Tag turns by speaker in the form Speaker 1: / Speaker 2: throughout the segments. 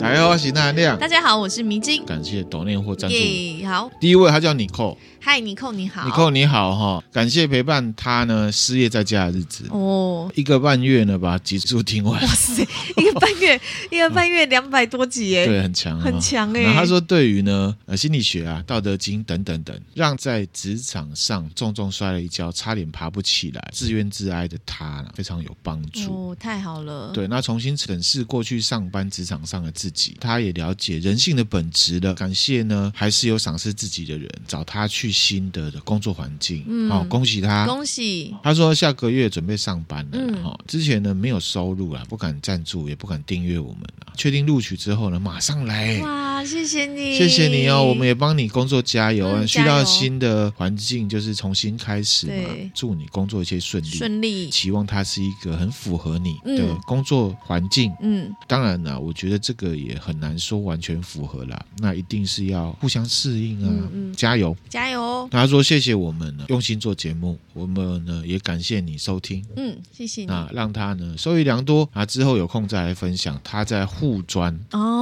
Speaker 1: 高喜纳亮
Speaker 2: 大。家好，我是迷津。
Speaker 1: 感谢抖念或赞助。
Speaker 2: 耶，好，
Speaker 1: 第一位，他叫 n i c o
Speaker 2: 嗨，尼寇你好，
Speaker 1: n i c o 你好哈、感谢陪伴他呢失业在家的日子，
Speaker 2: 哦，
Speaker 1: 一个半月呢把集数听完
Speaker 2: 哇，塞，一个半 月，一个半月两百多集耶，
Speaker 1: 对，很强、哦，
Speaker 2: 很强哎、
Speaker 1: 然后他说，对于呢呃心理学啊、道德经等等等，让在职场上重重摔了一跤，差点爬不起来，自怨自哀的他呢非常有帮助。
Speaker 2: 哦，太好了，
Speaker 1: 对，那重新审视过去上班职场上的自己，他也了解人性的本质了。感谢呢，还是有赏识自己的人，找他去新的的工作环境。
Speaker 2: 嗯
Speaker 1: 好、恭喜他。
Speaker 2: 恭喜，
Speaker 1: 他说下个月准备上班了
Speaker 2: 嗯
Speaker 1: 哈、齁之前呢没有收入啊，不敢赞助，也不敢订阅我们啊。确定录取之后呢，马上来。
Speaker 2: 哇，谢谢你，
Speaker 1: 哎谢谢你哦，我们也帮你工作加油。啊
Speaker 2: 嗯
Speaker 1: 需要
Speaker 2: 加油
Speaker 1: 新的环境就是重新开始嘛
Speaker 2: 对。
Speaker 1: 祝你工作一切顺利，
Speaker 2: 顺利，
Speaker 1: 期望它是一个很符合你的
Speaker 2: 嗯
Speaker 1: 工作环境。
Speaker 2: 嗯，
Speaker 1: 当然啦，我觉得这个也很难说完全符合啦，那一定是要互相适应啊，
Speaker 2: 嗯嗯
Speaker 1: 加油。
Speaker 2: 加油哦，
Speaker 1: 他说谢谢我们呢，用心做节目，我们呢也感谢你收听。
Speaker 2: 嗯，谢谢你，
Speaker 1: 那让他呢收益良多啊！之后有空再来分享他在护专、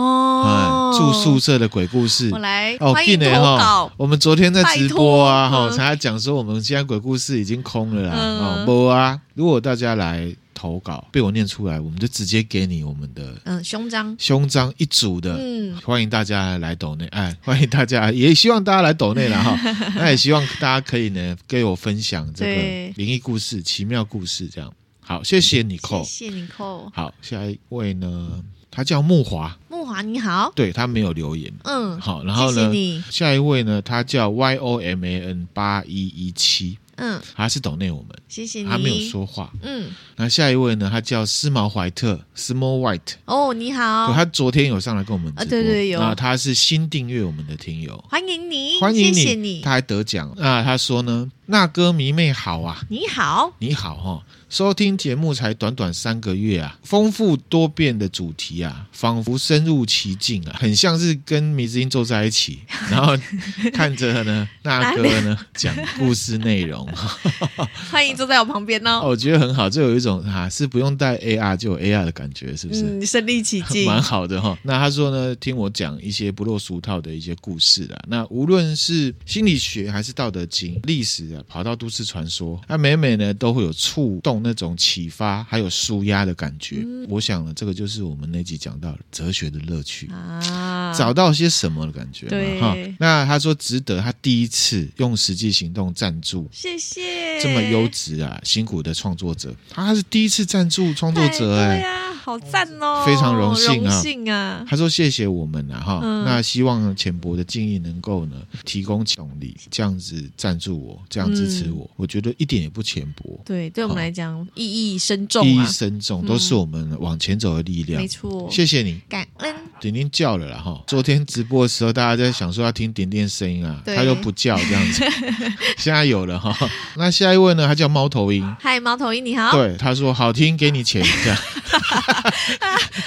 Speaker 2: 哦
Speaker 1: 嗯，住宿舍的鬼故事
Speaker 2: 我。来，
Speaker 1: 哦，
Speaker 2: 欢迎
Speaker 1: 进
Speaker 2: 投
Speaker 1: 来
Speaker 2: 稿。
Speaker 1: 我们昨天在直播啊，
Speaker 2: 拜
Speaker 1: 哈、
Speaker 2: 托嗯
Speaker 1: 才讲说我们现在鬼故事已经空了啦，
Speaker 2: 嗯
Speaker 1: 哦，没啊。如果大家来投稿，被我念出来，我们就直接给你我们的
Speaker 2: 嗯，胸章，
Speaker 1: 胸章一组的。
Speaker 2: 嗯，
Speaker 1: 欢迎大家来抖内，哎， 欢迎大家，也希望大家来抖内了哈。 那也希望大家可以呢，给我分享这
Speaker 2: 对嗯
Speaker 1: 个灵异故事、奇妙故事，这样。好，谢谢你
Speaker 2: 谢
Speaker 1: 扣。
Speaker 2: 谢你扣
Speaker 1: 好，下一位呢，他叫木华，
Speaker 2: 木华你好，
Speaker 1: 对他没有留言。
Speaker 2: 嗯，
Speaker 1: 好，然后
Speaker 2: 谢谢
Speaker 1: 呢，
Speaker 2: 你，
Speaker 1: 下一位呢，他叫 Y O M A N 八一一七，
Speaker 2: 嗯，
Speaker 1: 他是抖内我们，
Speaker 2: 谢谢你，
Speaker 1: 他没有，说话。
Speaker 2: 嗯，
Speaker 1: 那下一位呢，他叫斯毛怀特 （Small White），、
Speaker 2: 哦，你
Speaker 1: 对
Speaker 2: 好，
Speaker 1: 他昨天有上来跟我们直播，
Speaker 2: 啊对对有
Speaker 1: 那他是新订阅我们的听友，
Speaker 2: 欢迎你，
Speaker 1: 欢迎你，
Speaker 2: 谢谢你
Speaker 1: 他，还得奖。那啊他说呢，那歌迷妹好啊，
Speaker 2: 你好，
Speaker 1: 你好哈、收听节目才短短三个月啊，丰富多变的主题啊，仿佛深入其境啊，很像是跟迷之音坐在一 起，然后看着呢那哥呢讲故事内 容，
Speaker 2: 欢迎坐在我旁边
Speaker 1: 哦
Speaker 2: 哦，
Speaker 1: 我觉得很好，这有一种啊是不用带 AR 就有 AR 的感觉，是不是？
Speaker 2: 嗯，身临 其 境，
Speaker 1: 蛮好的哈、那他说呢，听我讲一些不落俗套的一些故事啊。那无论是心理学还是道德经、历史啊，跑到都市传说，那每每呢都会有触动那种启发，还有舒压的感觉。我想呢，这个就是我们那集讲到的哲学的乐趣。
Speaker 2: 啊，
Speaker 1: 找到些什么的感觉
Speaker 2: 对
Speaker 1: 嘛哈？那他说值得，他第一次用实际行动赞助
Speaker 2: 谢谢，
Speaker 1: 这么优质啊辛苦的创作者，他是第一次赞助创作
Speaker 2: 太
Speaker 1: 者哎、
Speaker 2: 对呀，好赞哦，
Speaker 1: 非常荣幸啊
Speaker 2: 荣幸啊，
Speaker 1: 他说：“谢谢我们了、哈，
Speaker 2: 嗯
Speaker 1: 那希望浅薄的敬意能够呢提供动力，这样子赞助我，这样支持
Speaker 2: 嗯
Speaker 1: 我，我觉得一点也不浅薄，
Speaker 2: 对，对我们
Speaker 1: 好
Speaker 2: 来讲意义深重
Speaker 1: 意义
Speaker 2: 啊，
Speaker 1: 深重，
Speaker 2: 嗯
Speaker 1: 都是我们往前走的力量
Speaker 2: 没。错，
Speaker 1: 谢谢你，
Speaker 2: 感恩，
Speaker 1: 点点叫了啦 哈。昨天直播的时候，大家在想说要听点点声音啊，
Speaker 2: 对
Speaker 1: 他就不叫这样 子，现在有了哈。那下一位呢？他叫猫头鹰。”
Speaker 2: 嗨，猫头鹰你好，
Speaker 1: 对，他说好听，给你钱，这样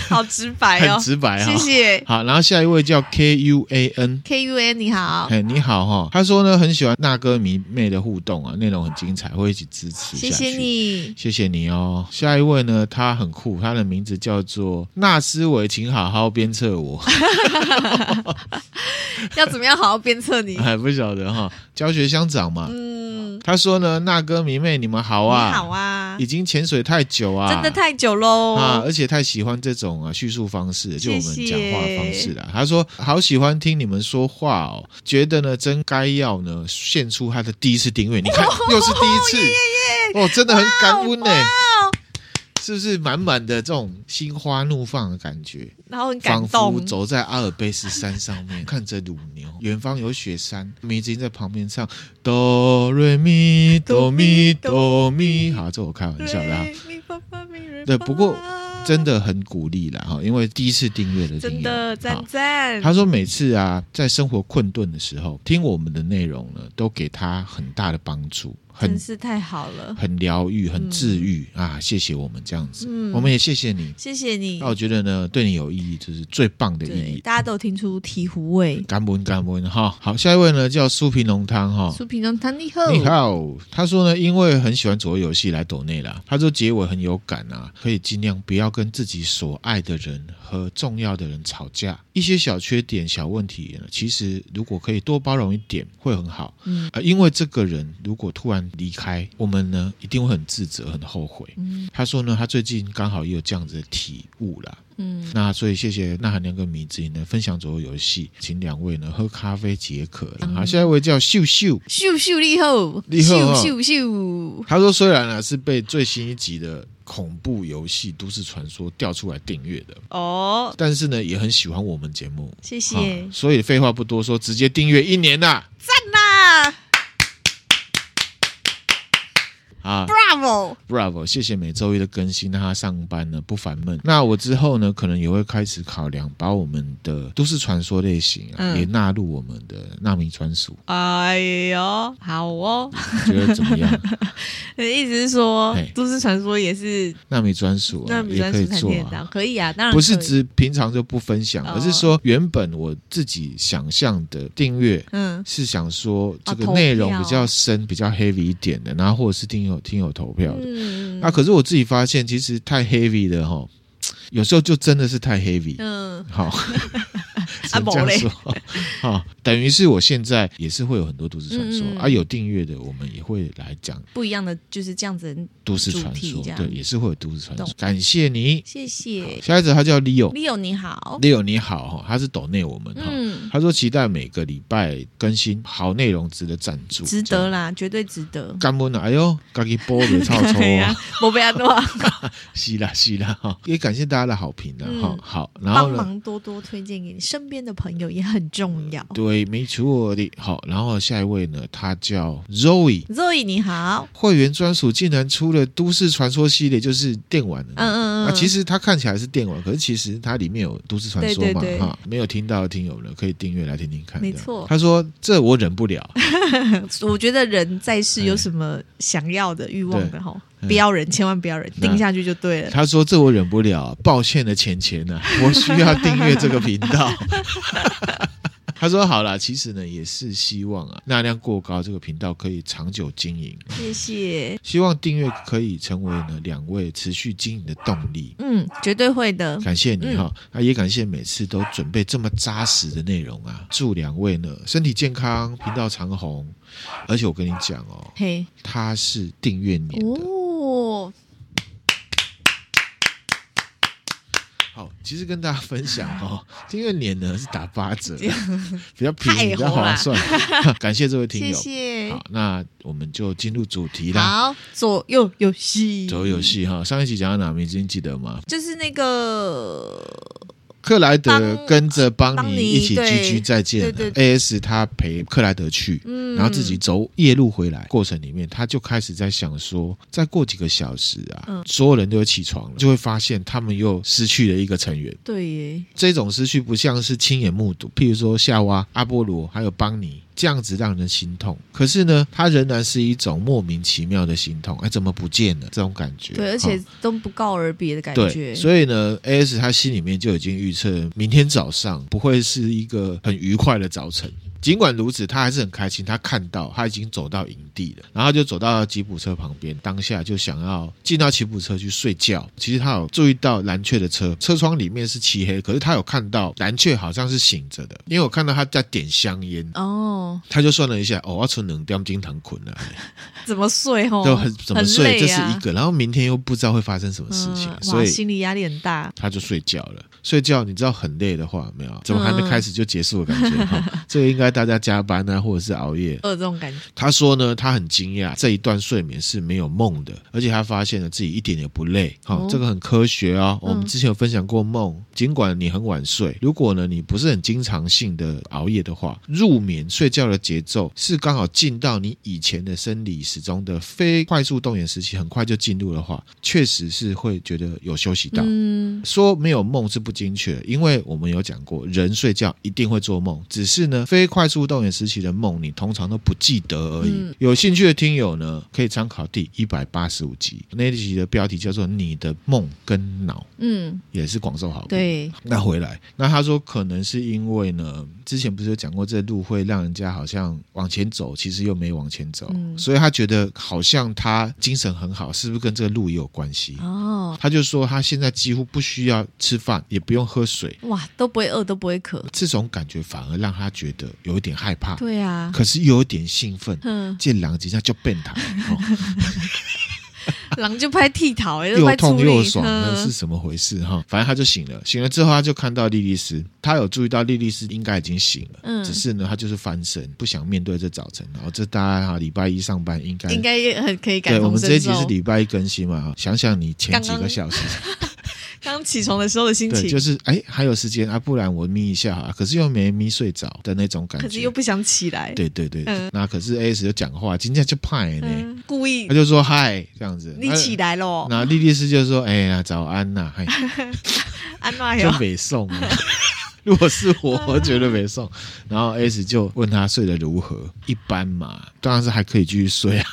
Speaker 2: 好直白哦
Speaker 1: 很，直白哈、
Speaker 2: 谢谢
Speaker 1: 好，然后下一位叫 K U A N，
Speaker 2: K U N 你好，
Speaker 1: 嘿，你好哈、他说呢，很喜欢那哥迷妹的互动啊，内容很精彩，会一起支持
Speaker 2: 谢
Speaker 1: 下去。
Speaker 2: 谢，你，
Speaker 1: 谢谢你哦。下一位呢，他很酷，他的名字叫做纳斯维，请好好鞭策 我。
Speaker 2: 要怎么样好好鞭策 你？
Speaker 1: 还不晓得哈、教学乡长嘛。
Speaker 2: 嗯，
Speaker 1: 他说呢，那哥迷妹，你们好啊，
Speaker 2: 你好啊，
Speaker 1: 已经潜水太久啊，
Speaker 2: 真的太久喽，
Speaker 1: 啊，而且太喜欢这种啊叙述方式，就我们
Speaker 2: 谢谢
Speaker 1: 讲话的方式啦。他说好喜欢听你们说话哦，觉得呢真该要呢献出他的第一次订阅，你 看又是第一次，哦，真的很感恩呢。是不是满满的这种心花怒放的感觉？
Speaker 2: 然后很感
Speaker 1: 仿佛
Speaker 2: 动，
Speaker 1: 走在阿尔卑斯山上面，看着乳牛，远方有雪山，迷之音在旁边唱哆瑞咪哆咪哆咪。好，这我开玩笑的啊。
Speaker 2: 对
Speaker 1: 对不过真的很鼓励啦哈，因为第一次订阅的
Speaker 2: 真
Speaker 1: 听友
Speaker 2: 的
Speaker 1: 好
Speaker 2: 赞赞，
Speaker 1: 他说每次啊，在生活困顿的时候，听我们的内容呢，都给他很大的帮助。很
Speaker 2: 真是太好了，
Speaker 1: 很疗愈、很治愈、啊！谢谢我们这样子，
Speaker 2: 嗯
Speaker 1: 我们也谢谢你。
Speaker 2: 谢谢你
Speaker 1: 那。我觉得呢，对你有意义，就是最棒的意
Speaker 2: 对，
Speaker 1: 义。
Speaker 2: 大家都有听出醍醐味。
Speaker 1: 感恩感恩哈，好，下一位呢叫苏皮浓汤哈，
Speaker 2: 苏平东堂你好，
Speaker 1: 哦你好，他说呢，因为很喜欢左右游戏来抖内啦。他说结尾很有感啊，可以尽量不要跟自己所爱的人和重要的人吵架。一些小缺点、小问题呢，其实如果可以多包容一点，会很好。
Speaker 2: 嗯
Speaker 1: 呃，因为这个人如果突然离开，我们呢一定会很自责、很后悔。
Speaker 2: 嗯
Speaker 1: 他说呢，他最近刚好也有这样子的体悟啦。
Speaker 2: 嗯，
Speaker 1: 那所以谢谢那含量跟米子呢分享左右游戏，请两位呢喝咖啡解渴啦。好，下一位叫秀秀。
Speaker 2: 咻咻你好，
Speaker 1: 你好啊
Speaker 2: 咻咻咻，
Speaker 1: 他说，虽然啊是被最新一集的恐怖游戏《都市传说》调出来订阅的，
Speaker 2: 哦，
Speaker 1: 但是呢也很喜欢我们节目，
Speaker 2: 谢
Speaker 1: 啊
Speaker 2: 谢，
Speaker 1: 所以废话不多说，直接订阅一年呐、
Speaker 2: 赞啦
Speaker 1: 啊！
Speaker 2: ，Bravo，
Speaker 1: Bravo，谢谢每周一的更新，让他上班呢不烦闷。那我之后呢，可能也会开始考量把我们的都市传说类型啊，
Speaker 2: 嗯
Speaker 1: 也纳入我们的纳米专属，
Speaker 2: 哎呦，好哦，
Speaker 1: 你觉得怎么 样？
Speaker 2: 意思是说
Speaker 1: 嘿，
Speaker 2: 都市传说也是
Speaker 1: 纳米专属、
Speaker 2: 那
Speaker 1: 啊、
Speaker 2: 米
Speaker 1: 也
Speaker 2: 专
Speaker 1: 可以
Speaker 2: 属谈
Speaker 1: 做
Speaker 2: 天
Speaker 1: 啊
Speaker 2: 堂，。可以啊，当然
Speaker 1: 不是
Speaker 2: 可以
Speaker 1: 指平常就不分享，
Speaker 2: 哦
Speaker 1: 而是说原本我自己想象的订阅
Speaker 2: 嗯
Speaker 1: 是想说这
Speaker 2: 啊
Speaker 1: 个
Speaker 2: 投票
Speaker 1: 内容比较深、比较 heavy 一点的，然后或者是听友听友投票的。
Speaker 2: 嗯
Speaker 1: 那、可是我自己发现，其实太 heavy 了哈，有时候就真的是太 heavy。
Speaker 2: 嗯
Speaker 1: 好， 只能
Speaker 2: 啊没
Speaker 1: 这样
Speaker 2: 嘞
Speaker 1: 说， 好，等于是我现在也是会有很多都市传说、
Speaker 2: 嗯嗯嗯
Speaker 1: 啊，有订阅的，我们也会来讲
Speaker 2: 不一样的就是这样子，
Speaker 1: 都市传
Speaker 2: 主题
Speaker 1: 说
Speaker 2: 这，样
Speaker 1: 对，也是会有都市传说
Speaker 2: 懂。
Speaker 1: 感谢你，
Speaker 2: 谢谢
Speaker 1: 下一则他叫 Leo，Leo
Speaker 2: Leo 你好，
Speaker 1: 你好哈，他是抖内我们哈。
Speaker 2: 嗯，
Speaker 1: 他说期待每个礼拜更新好内容，值得赞助，
Speaker 2: 值
Speaker 1: 这
Speaker 2: 得
Speaker 1: 样。
Speaker 2: 啦，绝对值得。
Speaker 1: 干温啊，哎呦，自己播的超抽
Speaker 2: 对
Speaker 1: 啊
Speaker 2: 呀，，我不要多
Speaker 1: 是啦是啦哈，也感谢大家的好评啦
Speaker 2: 嗯
Speaker 1: 哈。好，然后
Speaker 2: 帮
Speaker 1: 呢？
Speaker 2: 忙多多推荐给你身边的朋友也很重要。
Speaker 1: 对，没错的。好，然后下一位呢，他叫 Zoe，
Speaker 2: Zoe 你好，
Speaker 1: 会员专属竟然出了都市传说系列，就是电玩的。
Speaker 2: 嗯嗯
Speaker 1: 啊，
Speaker 2: 嗯，
Speaker 1: 其
Speaker 2: 实
Speaker 1: 实它看起来是电玩，可是其实它里面有都市传说嘛，
Speaker 2: 对对对
Speaker 1: 哈，没有听到的听友呢，可以订阅来听听看。
Speaker 2: 没
Speaker 1: 这样
Speaker 2: 错
Speaker 1: 他说这我忍不 了，
Speaker 2: 我觉得人在世有什么想要的欲望的吼，
Speaker 1: 嗯
Speaker 2: 不要人，千万不要人，
Speaker 1: 那
Speaker 2: 定下去就对了。
Speaker 1: 他说这我忍不了，抱歉的钱钱 呢、我需要订阅这个频道。 他说好啦，其实呢也是希望啊，那量过高这个频道可以长久经营，
Speaker 2: 谢谢，
Speaker 1: 希望订阅可以成为呢两位持续经营的动力。
Speaker 2: 嗯，绝对会的。
Speaker 1: 感谢你哈、那、也感谢每次都准备这么扎实的内容啊！祝两位呢身体健康，频道长红。而且我跟你讲哦，
Speaker 2: 嘿，
Speaker 1: 他是订阅年的。
Speaker 2: 哦，
Speaker 1: 好，其实跟大家分享 哦，订阅年呢是打八折，
Speaker 2: 这样
Speaker 1: 比较便宜，比
Speaker 2: 太
Speaker 1: 较
Speaker 2: 红
Speaker 1: 划
Speaker 2: 啦
Speaker 1: 算。 感谢这位听
Speaker 2: 谢
Speaker 1: 友。
Speaker 2: 谢。
Speaker 1: 好，那我们就进入主题啦。
Speaker 2: 好，左右有戏，
Speaker 1: 左右游戏哈，上一集讲到哪名字你记得吗？
Speaker 2: 就是那个
Speaker 1: 克莱德
Speaker 2: 邦
Speaker 1: 跟着邦
Speaker 2: 邦
Speaker 1: 尼
Speaker 2: 尼
Speaker 1: 一起
Speaker 2: 对
Speaker 1: 聚居再见
Speaker 2: 对
Speaker 1: 了
Speaker 2: 对
Speaker 1: ，AS 他陪克莱德去，
Speaker 2: 嗯
Speaker 1: 然后自己走夜路回来过程里面，他就开始在想说，再过几个小时啊，
Speaker 2: 嗯
Speaker 1: 所有人都会起床了，就会发现他们又失去了一个成员。
Speaker 2: 对耶，
Speaker 1: 这种失去不像是亲眼目睹，譬如说夏娃、阿波罗还有邦尼这样子让人心痛。可是呢，它仍然是一种莫名其妙的心痛，哎，怎么不见了？这种感觉。
Speaker 2: 对，而且
Speaker 1: 哈。
Speaker 2: 都不告而别的感觉，
Speaker 1: 嗯对，所以呢，A S 他心里面就已经预测，明天早上不会是一个很愉快的早晨。尽管如此，他还是很开心，他看到他已经走到营地了，然后就走到吉普车旁边，当下就想要进到吉普车去睡觉。其实他有注意到蓝雀的车，车窗里面是漆黑，可是他有看到蓝雀好像是醒着的，因为我看到他在点香烟。
Speaker 2: 哦，
Speaker 1: 他就算了一下，哦，要存两点金糖捆了，
Speaker 2: 怎么睡吼，
Speaker 1: 就很怎么睡，
Speaker 2: 累
Speaker 1: 这是
Speaker 2: 啊
Speaker 1: 一个，然后明天又不知道会发生什么事情，
Speaker 2: 嗯、
Speaker 1: 所
Speaker 2: 哇
Speaker 1: 以
Speaker 2: 心理压力很大。
Speaker 1: 他就睡觉了。睡觉，你知道很累的话没有？啊怎么还没开始就结束的感觉？
Speaker 2: 嗯
Speaker 1: 哈、这个应该大家加班啊，或者是熬夜。
Speaker 2: 都有这种感觉，
Speaker 1: 他说呢，他很惊讶这一段睡眠是没有梦的，而且他发现了自己一点也不累。哈、
Speaker 2: 哦
Speaker 1: 这个很科学哦。
Speaker 2: 嗯
Speaker 1: 我们之前有分享过梦，尽管你很晚睡，如果呢你不是很经常性的熬夜的话，入眠睡觉的节奏是刚好进到你以前的生理时钟的非快速动眼时期，很快就进入的话，确实是会觉得有休息到。
Speaker 2: 嗯，
Speaker 1: 说没有梦是不精确，因为我们有讲过，人睡觉一定会做梦，只是呢，非快快速动眼时期的梦，你通常都不记得而已。
Speaker 2: 嗯
Speaker 1: 有兴趣的听友呢，可以参考第一百八十五集，那一集的标题叫做《你的梦跟脑》，
Speaker 2: 嗯，
Speaker 1: 也是广受好评。
Speaker 2: 对，
Speaker 1: 那回来，那他说可能是因为呢，之前不是有讲过，这路会让人家好像往前走，其实又没往前走，
Speaker 2: 嗯
Speaker 1: 所以他觉得好像他精神很好，是不是跟这个路也有关系？
Speaker 2: 哦，
Speaker 1: 他就说他现在几乎不需要吃饭，也不用喝水，
Speaker 2: 哇，都不会饿，都不会渴，
Speaker 1: 这种感觉反而让他觉得有一点害怕，
Speaker 2: 对啊，
Speaker 1: 可是又有点兴奋。
Speaker 2: 嗯，
Speaker 1: 见狼直接就变 态，哦
Speaker 2: 狼就拍剃头，欸就
Speaker 1: 又
Speaker 2: 拍
Speaker 1: 痛
Speaker 2: 处
Speaker 1: 又
Speaker 2: 理，
Speaker 1: 爽，那是
Speaker 2: 嗯
Speaker 1: 什么回事哈？反正他就醒了，醒了之后他就看到莉莉丝，他有注意到莉莉丝应该已经醒了，
Speaker 2: 嗯
Speaker 1: 只是呢他就是翻身，不想面对这早晨。然后这大家哈礼拜一上班应该
Speaker 2: 应该也很可以感
Speaker 1: 对我
Speaker 2: 同
Speaker 1: 们这一
Speaker 2: 身
Speaker 1: 集
Speaker 2: 受。
Speaker 1: 是礼拜一更新嘛，哈想想你前几
Speaker 2: 刚
Speaker 1: 个
Speaker 2: 刚
Speaker 1: 小时，
Speaker 2: 刚起床的时候的心
Speaker 1: 对，就
Speaker 2: 情，
Speaker 1: 是哎还有时间啊，不然我眯一下啊，可是又没眯睡着的那种感觉。
Speaker 2: 可是又不想起来，
Speaker 1: 对对对，
Speaker 2: 嗯
Speaker 1: 那可是 A S 就讲话，今天就派呢，
Speaker 2: 嗯，故意
Speaker 1: 他就说嗨这样子，
Speaker 2: 你起来咯，
Speaker 1: 那莉莉丝就说：“哎、呀，早安呐、嗨，
Speaker 2: 安娜
Speaker 1: 就
Speaker 2: 哟，
Speaker 1: 没送啊。 如果是我，
Speaker 2: 嗯
Speaker 1: 我觉得没送。然后 S 就问他睡得如何，一般嘛，当然是还可以继续睡 啊。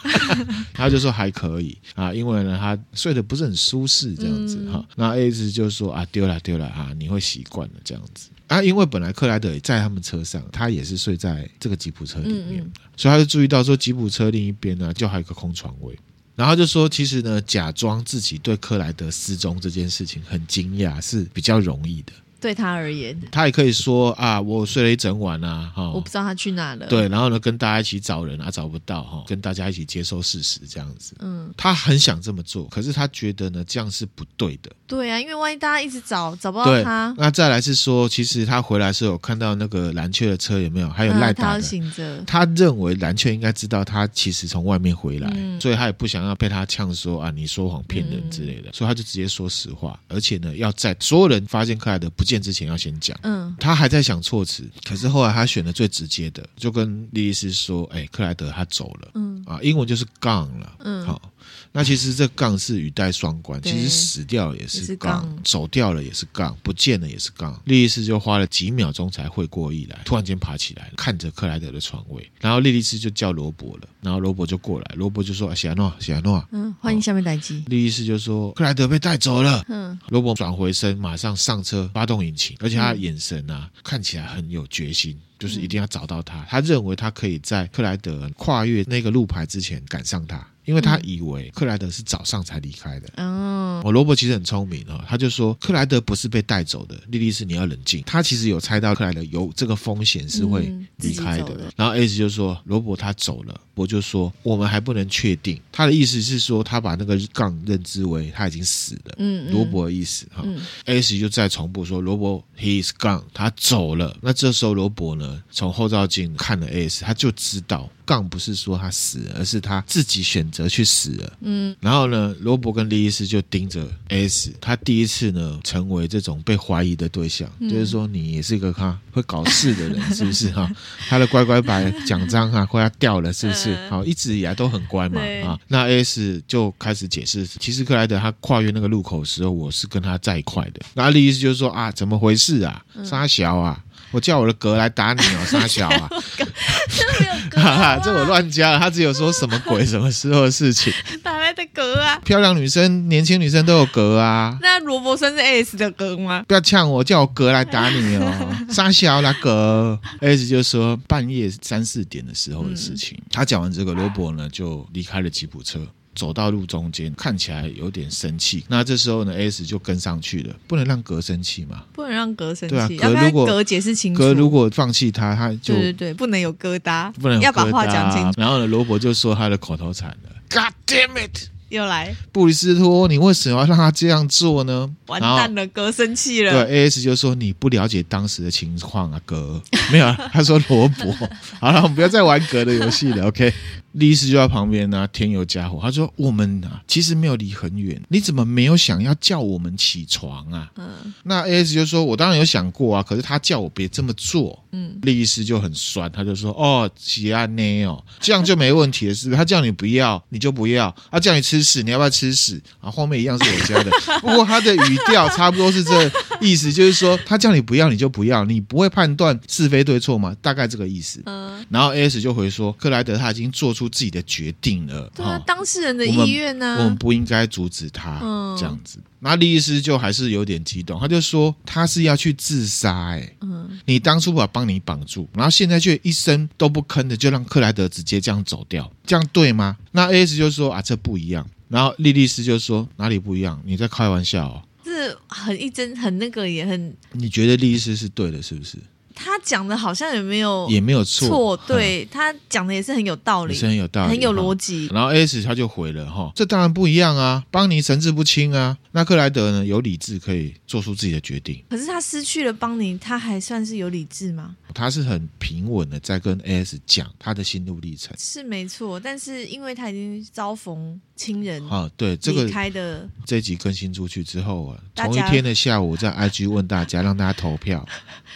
Speaker 1: 他就说还可以啊，因为呢他睡得不是很舒适这样子
Speaker 2: 嗯
Speaker 1: 哈、那 S 就说啊丢了丢了啊，你会习惯的这样子啊，因为本来克莱德也在他们车上，他也是睡在这个吉普车里面，
Speaker 2: 嗯嗯
Speaker 1: 所以他就注意到说吉普车另一边呢就还有一个空床位。然后就说，其实呢，假装自己对克莱德失踪这件事情很惊讶是比较容易的。
Speaker 2: 对他而言，
Speaker 1: 他也可以说啊，我睡了一整晚啊，哈、
Speaker 2: 我不知道他去哪了，，
Speaker 1: 对，然后呢，跟大家一起找人啊，找不到哈、跟大家一起接受事实这样子。
Speaker 2: 嗯，
Speaker 1: 他很想这么做，可是他觉得呢，这样是不对的。
Speaker 2: 对啊，因为万一大家一直找找不到
Speaker 1: 对
Speaker 2: 他，，
Speaker 1: 那再来是说，其实他回来的时候有看到那个蓝雀的车有没有，还有
Speaker 2: 嗯
Speaker 1: 赖
Speaker 2: 他
Speaker 1: 达
Speaker 2: 要
Speaker 1: 的。
Speaker 2: 醒着，
Speaker 1: 他认为蓝雀应该知道他其实从外面回来，
Speaker 2: 嗯
Speaker 1: 所以他也不想要被他呛说啊你说谎骗人之类
Speaker 2: 嗯
Speaker 1: 的，所以他就直接说实话，而且呢要在所有人发现克莱德不见之前要先讲。
Speaker 2: 嗯，
Speaker 1: 他还在想措辞，可是后来他选的最直接的，就跟莉莉丝说：“哎、克莱德他走了。”
Speaker 2: 嗯
Speaker 1: 啊，英文就是杠了。
Speaker 2: 嗯
Speaker 1: 好，那其实这杠是语带双关，
Speaker 2: 对
Speaker 1: 其实死掉了也
Speaker 2: 也
Speaker 1: 是
Speaker 2: 是
Speaker 1: 杠，
Speaker 2: 杠
Speaker 1: 走掉了也是杠，不见了也是杠。莉莉丝就花了几秒钟才会过意来，突然间爬起来，看着克莱德的床位，然后莉莉丝就叫罗伯了，然后罗伯就过来，罗伯就说：“啊喜安诺，喜安诺。
Speaker 2: 嗯，欢迎下面待机”，
Speaker 1: 莉莉丝就说：“克莱德被带走了。”
Speaker 2: 嗯，
Speaker 1: 罗伯转回身，马上上车，发动引擎，而且他的眼神啊，看起来很有决心，就是
Speaker 2: 嗯
Speaker 1: 一定要找到他。他认为他可以在克莱德呃跨越那个路牌之前赶上他，因为他以
Speaker 2: 嗯
Speaker 1: 为克莱德是早上才离开的。
Speaker 2: 哦，
Speaker 1: 哦，罗伯其实很聪明哦，他就说克莱德不是被带走的，莉莉丝你要冷静。他其实有猜到克莱德有这个风险是会
Speaker 2: 嗯自
Speaker 1: 离
Speaker 2: 己
Speaker 1: 开
Speaker 2: 走
Speaker 1: 的，
Speaker 2: 的
Speaker 1: 然后 S 就说罗伯他走了，伯就说我们还不能确定。他的意思是说他把那个杠认知为他已经死了。
Speaker 2: 嗯，嗯
Speaker 1: 罗，伯的意思哈、
Speaker 2: 嗯
Speaker 1: S 就再重复说罗伯 he is gone，他走了。那这时候罗伯呢，从后照镜看了 S，他就知道杠不是说他死了，而是他自己选择去死了。
Speaker 2: 嗯，
Speaker 1: 然后呢，罗伯跟莉莉丝就盯着 S，他第一次呢成为这种被怀疑的对象，
Speaker 2: 嗯
Speaker 1: 就是说你也是个哈会搞事的人，是不 是哈？他的乖乖牌奖章啊快要掉了，是不是？
Speaker 2: 嗯
Speaker 1: 好，一直以来都很乖嘛
Speaker 2: 对
Speaker 1: 啊。那 S 就开始解释，其实克莱德他跨越那个路口的时候，我是跟他在一块的。那莉莉丝就说啊，怎么回事啊？
Speaker 2: 嗯
Speaker 1: 沙小啊，我叫我的格来打你哦，沙小 啊。
Speaker 2: 没有歌
Speaker 1: 哈哈，
Speaker 2: 啊，
Speaker 1: 这我乱加了，他只有说什么鬼什么时候的事情。
Speaker 2: 打来的歌啊，
Speaker 1: 漂亮女生、年轻女生都有格啊，
Speaker 2: 那罗伯算是 S 的歌吗？
Speaker 1: 不要呛我，叫我格来打你 哦，傻小啦格。S 就说半夜三四点的时候的事
Speaker 2: 嗯
Speaker 1: 情，他讲完这个，罗伯呢就离开了吉普车。走到路中间，看起来有点生气。那这时候呢，S 就跟上去了，不能让格生气嘛。
Speaker 2: 不能让歌生
Speaker 1: 对啊
Speaker 2: 气，
Speaker 1: 格
Speaker 2: 要不
Speaker 1: 如
Speaker 2: 然
Speaker 1: 果
Speaker 2: 格解释清楚。
Speaker 1: 格如果放弃他，他就
Speaker 2: 对对对，不能有疙瘩，
Speaker 1: 不能有
Speaker 2: 要把
Speaker 1: 疙
Speaker 2: 话
Speaker 1: 瘩
Speaker 2: 讲清楚。
Speaker 1: 然后呢，罗伯就说他的口头禅了：“God damn it！”
Speaker 2: 又来，
Speaker 1: 布里斯托，你为什么要让他这样做呢？
Speaker 2: 完
Speaker 1: 然后
Speaker 2: 蛋了，哥生气了。
Speaker 1: 对，A S 就说你不了解当时的情况啊，哥。没有啊，他说罗伯。好了，我们不要再玩格的游戏了，OK。律师就在旁边呢、啊添油加火。他说：“我们啊，其实没有离很远，你怎么没有想要叫我们起床啊？”
Speaker 2: 嗯
Speaker 1: 那 A S 就说：“我当然有想过啊，可是他叫我别这么做。”
Speaker 2: 嗯，
Speaker 1: 律师就很酸，他就说：“哦，喜安呢哦，这样就没问题了，是不是？他叫你不要，你就不要；他叫你吃屎，你要不要吃屎？啊，后面一样是我家的， 不过他的语调差不多是这意思，就是说他叫你不要，你就不要，你不会判断是非对错吗？大概这个意思。
Speaker 2: 嗯，
Speaker 1: 然后 A S 就回说：克莱德他已经做出自己的决定了，
Speaker 2: 对啊
Speaker 1: 哦，
Speaker 2: 当事人的
Speaker 1: 我们
Speaker 2: 意愿呢、
Speaker 1: 我们不应该阻止他、
Speaker 2: 嗯
Speaker 1: 这样子。那律师就还是有点激动，他就说他是要去自杀、欸，
Speaker 2: 嗯
Speaker 1: 你当初把帮你绑住，然后现在却一声都不吭的就让克莱德直接这样走掉，这样对吗？那 A S 就说啊，这不一样。然后莉莉丝就说哪里不一样？你在开玩笑哦？
Speaker 2: 这很一针很那个，也很
Speaker 1: 你觉得莉莉丝是对的，是不是？
Speaker 2: 他讲的好像也没有
Speaker 1: 也没有错，
Speaker 2: 错，
Speaker 1: 嗯，
Speaker 2: 对他讲的也是很有道
Speaker 1: 也
Speaker 2: 理，
Speaker 1: 是很有道理，
Speaker 2: 很有
Speaker 1: 哈
Speaker 2: 逻辑。
Speaker 1: 然后 S 他就回了哈，这当然不一样啊，邦尼神志不清啊，那克莱德呢有理智可以做出自己的决定，
Speaker 2: 可是他失去了邦尼，他还算是有理智吗？
Speaker 1: 他是很平稳的在跟 S 讲他的心路历程
Speaker 2: 是没错，但是因为他已经遭逢亲人
Speaker 1: 啊。对，这个
Speaker 2: 离开的，
Speaker 1: 这集更新出去之后啊，
Speaker 2: 大
Speaker 1: 同一
Speaker 2: 家
Speaker 1: 天的下午 我在 IG 问大家，让大家投票，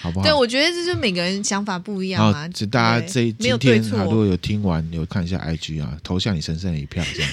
Speaker 1: 好不好？
Speaker 2: 对我觉得这就是每个人想法不一样
Speaker 1: 然
Speaker 2: 嘛
Speaker 1: 后。这大家
Speaker 2: 对
Speaker 1: 这
Speaker 2: 没有
Speaker 1: 今
Speaker 2: 对
Speaker 1: 天啊，如
Speaker 2: 错，
Speaker 1: 果有听完，有看一下 IG 啊，投向你神圣的一票这样。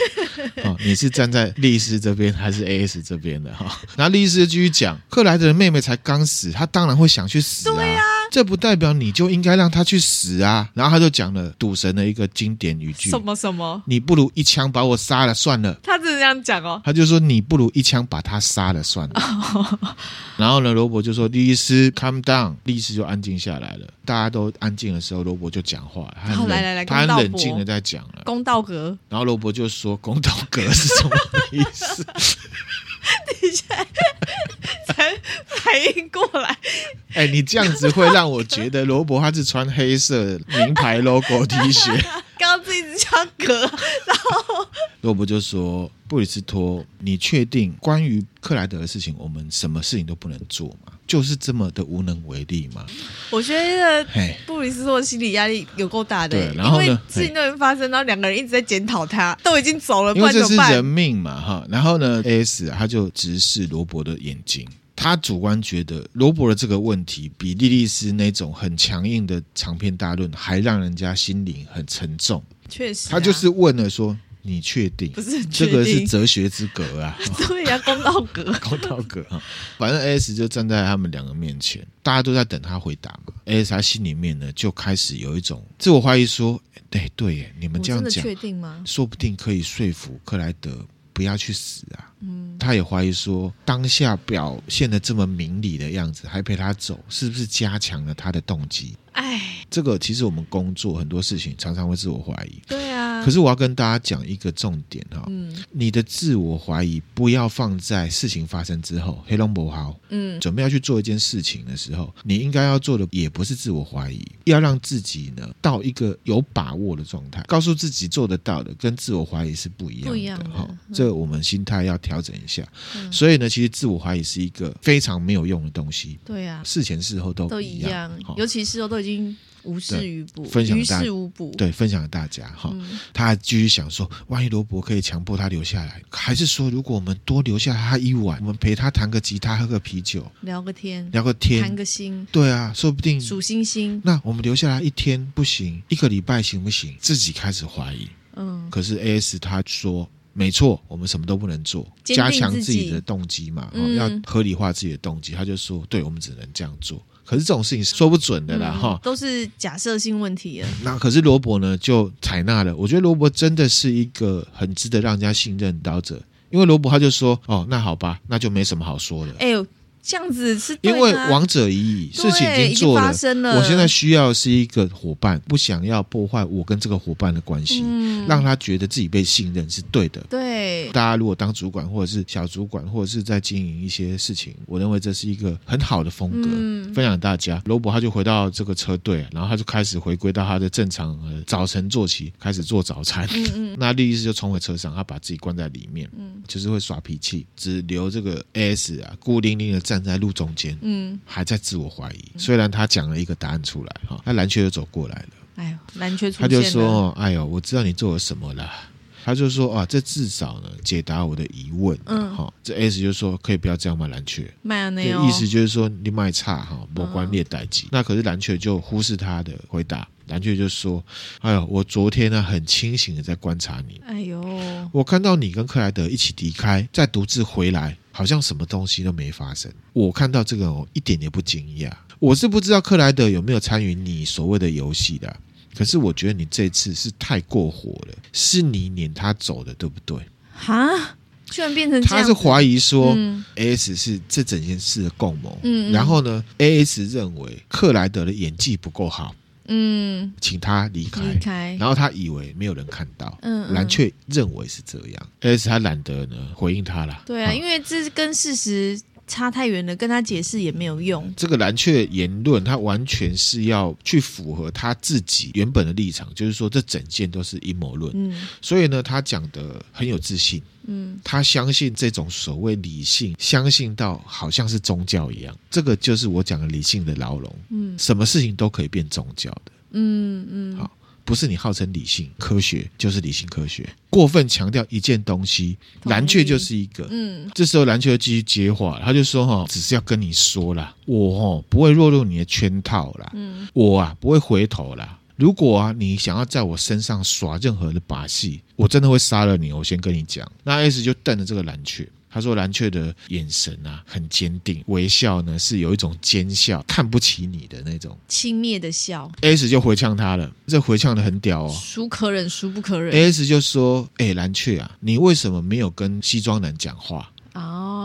Speaker 1: 哦，你是站在律师这边 还是 AS 这边的哈？然后律师继续讲，克莱德的妹妹才刚死，她当然会想去死啊。
Speaker 2: 对啊
Speaker 1: 这不代表你就应该让她去死啊。然后他就讲了赌神的一个经典语句
Speaker 2: 什：么什么，
Speaker 1: 你不如一枪把我杀了算了。
Speaker 2: 他真的这样讲哦。
Speaker 1: 他就说：“你不如一枪把他杀了算了。 然后呢，罗伯就说：“律师，calm down。”律师就安静下来了。大家都安静的时候，罗伯就讲话了，他很
Speaker 2: 好
Speaker 1: 冷
Speaker 2: 来来来
Speaker 1: 他很
Speaker 2: 公道
Speaker 1: 冷
Speaker 2: 伯
Speaker 1: 静的在讲了。
Speaker 2: 公道格，
Speaker 1: 然后罗伯就说：“公道格是什么意思
Speaker 2: 才反应过来，？”
Speaker 1: 哎，你这样子会让我觉得罗伯他是穿黑色的名牌 logo T 恤。
Speaker 2: 刚刚自己一直叫格，
Speaker 1: 罗伯就说：“布里斯托，你确定关于克莱德的事情，我们什么事情都不能做吗？就是这么的无能为力吗
Speaker 2: 我觉得？”
Speaker 1: 嘿。
Speaker 2: 布里斯托的心理压力有够大的、欸
Speaker 1: 对然后呢
Speaker 2: 因为事情都已经发生，然后两个人一直在检讨他，都已经走了，
Speaker 1: 因
Speaker 2: 呃
Speaker 1: 为
Speaker 2: 不然怎
Speaker 1: 这是
Speaker 2: 么
Speaker 1: 人
Speaker 2: 办？
Speaker 1: 命嘛，哈。然后呢，S 啊他就直视罗伯的眼睛，他主观觉得罗伯的这个问题比莉莉丝那种很强硬的长篇大论还让人家心灵很沉重。
Speaker 2: 确实啊、
Speaker 1: 他就是问了说：“你确定？
Speaker 2: 不是很
Speaker 1: 这
Speaker 2: 确
Speaker 1: 个是
Speaker 2: 定，
Speaker 1: 哲学之格啊。哈”。
Speaker 2: 对呀、公道格
Speaker 1: 高道格哈，反正 S 就站在他们两个面前，大家都在等他回答嘛。S 他心里面呢就开始有一种自我怀疑，说：“哎，对耶，你们
Speaker 2: 我
Speaker 1: 这
Speaker 2: 真
Speaker 1: 样
Speaker 2: 的
Speaker 1: 讲，
Speaker 2: 确定吗？
Speaker 1: 说不定可以说服克莱德不要去死啊。嗯，他也怀疑说，当下表现的这么明理的样子，还陪他走，是不是加强了他的动机？
Speaker 2: 哎，
Speaker 1: 这个其实我们工作很多事情常常会自我怀疑。
Speaker 2: 对啊。
Speaker 1: 可是我要跟大家讲一个重点哈、
Speaker 2: 嗯
Speaker 1: 你的自我怀疑不要放在事情发生之后。黑龙博豪
Speaker 2: 嗯，
Speaker 1: 准备要去做一件事情的时候，你应该要做的也不是自我怀疑，要让自己呢到一个有把握的状态，告诉自己做得到的，跟自我怀疑是不一样
Speaker 2: 不一样
Speaker 1: 的
Speaker 2: 的
Speaker 1: 哈
Speaker 2: 嗯。
Speaker 1: 这我们心态要调整一下。
Speaker 2: 嗯
Speaker 1: 所以呢，其实自我怀疑是一个非常没有用的东西，
Speaker 2: 对啊，
Speaker 1: 事前事后都
Speaker 2: 都
Speaker 1: 一
Speaker 2: 一样
Speaker 1: 哈，
Speaker 2: 尤其是哦我都已经无事于补，
Speaker 1: 分享
Speaker 2: 于
Speaker 1: 大
Speaker 2: 事无补。
Speaker 1: 对，分享给大家哈。
Speaker 2: 嗯，
Speaker 1: 他还继续想说，万一罗伯可以强迫他留下来，还是说如果我们多留下他一晚，我们陪他弹个吉他、喝个啤酒、
Speaker 2: 聊个天，
Speaker 1: 聊个
Speaker 2: 谈
Speaker 1: 天，
Speaker 2: 个心，
Speaker 1: 对啊，说不定
Speaker 2: 数星星。
Speaker 1: 那我们留下来一天不行，一个礼拜行不行？自己开始怀疑。
Speaker 2: 嗯，
Speaker 1: 可是 A S 他说。没错，我们什么都不能做，
Speaker 2: 坚定
Speaker 1: 加强
Speaker 2: 自
Speaker 1: 自
Speaker 2: 己
Speaker 1: 己的动机嘛、哦
Speaker 2: 嗯
Speaker 1: 要合理化自己的动机。他就说，对我们只能这样做。可是这种事情是说不准的啦，
Speaker 2: 嗯
Speaker 1: 哈、
Speaker 2: 都是假设性问题了。
Speaker 1: 那可是罗伯呢，就采纳了。我觉得罗伯真的是一个很值得让人家信任的导者，因为罗伯他就说：“哦，那好吧，那就没什么好说了。
Speaker 2: 哎呦，这样子是对
Speaker 1: 因
Speaker 2: 吗
Speaker 1: 为王者已矣，
Speaker 2: 对
Speaker 1: 事情已经做
Speaker 2: 发
Speaker 1: 了。
Speaker 2: 生了。
Speaker 1: 我现在需要的是一个伙伴，不想要破坏我跟这个伙伴的关系，
Speaker 2: 嗯
Speaker 1: 让他觉得自己被信任是对的。
Speaker 2: 对
Speaker 1: 大家如果当主管或者是小主管，或者是在经营一些事情，我认为这是一个很好的风格，
Speaker 2: 嗯
Speaker 1: 分享给大家。罗伯他就回到这个车队，啊然后他就开始回归到他的正常呃早晨作息，开始做早餐。
Speaker 2: 嗯
Speaker 1: 那莉莉丝就冲回车上，她把自己关在里面，就是会耍脾气，只留这个 S 啊孤零零的站在路中间，
Speaker 2: 嗯，
Speaker 1: 还在自我怀疑。虽然他讲了一个答案出来哈，那蓝雀就走过来了。
Speaker 2: 哎呦，南缺出
Speaker 1: 他
Speaker 2: 现
Speaker 1: 就
Speaker 2: 了
Speaker 1: 说：“哦，哎呦，我知道你做了什么啦。”他就说：“啊，这至少呢解答我的疑问。”
Speaker 2: 嗯
Speaker 1: 好、这 S 就说：“可以不要这样吗，蓝雀？”
Speaker 2: 麦芽内
Speaker 1: 这
Speaker 2: 哦，
Speaker 1: 意思就是说你卖差哈，
Speaker 2: 嗯
Speaker 1: 某关列代级。那可是蓝雀就忽视他的回答，蓝雀就说：“哎呦，我昨天呢很清醒的在观察你，
Speaker 2: 哎呦，
Speaker 1: 我看到你跟克莱德一起离开，再独自回来，好像什么东西都没发生。我看到这个，我一点也不惊讶。我是不知道克莱德有没有参与你所谓的游戏的啊，可是我觉得你这次是太过火了，是你撵他走的，对不对？
Speaker 2: 哈，居然变成这
Speaker 1: 他
Speaker 2: 样
Speaker 1: 是怀疑说。
Speaker 2: 嗯
Speaker 1: A.S. 是这整件事的共谋，
Speaker 2: 嗯嗯
Speaker 1: 然后呢，A.S. 认为克莱德的演技不够好，
Speaker 2: 嗯，
Speaker 1: 请他离开，
Speaker 2: 离开，
Speaker 1: 然后他以为没有人看到，
Speaker 2: 哎嗯嗯
Speaker 1: 蓝雀认为是这样，A.S. 他懒得呢回应他啦，
Speaker 2: 对啊，
Speaker 1: 嗯
Speaker 2: 因为这跟事实差太远了，跟他解释也没有用。
Speaker 1: 这个蓝雀言论，他完全是要去符合他自己原本的立场，就是说这整件都是阴谋论，
Speaker 2: 嗯
Speaker 1: 所以呢，他讲的很有自信，
Speaker 2: 嗯，
Speaker 1: 他相信这种所谓理性，相信到好像是宗教一样，这个就是我讲的理性的牢笼。
Speaker 2: 嗯
Speaker 1: 什么事情都可以变宗教的，
Speaker 2: 嗯嗯，
Speaker 1: 好不是你号称理性科学就是理性科学，过分强调一件东西，
Speaker 2: 同意
Speaker 1: 蓝雀就是一个。
Speaker 2: 嗯
Speaker 1: 这时候蓝雀就继续接话，他就说：“哦哈，只是要跟你说啦，我哦不会落入你的圈套啦，
Speaker 2: 嗯
Speaker 1: 我啊不会回头啦。如果啊你想要在我身上耍任何的把戏，我真的会杀了你。我先跟你讲。”那 S 就瞪着这个蓝雀。他说：“蓝雀的眼神啊，很坚定，微笑呢是有一种奸笑，看不起你的那种。”
Speaker 2: 轻蔑的笑，
Speaker 1: S 就回呛他了，这回呛的很屌哦。
Speaker 2: 孰可忍孰不可忍。
Speaker 1: S 就说：“哎、蓝雀啊，你为什么没有跟西装男讲话
Speaker 2: 哦，？”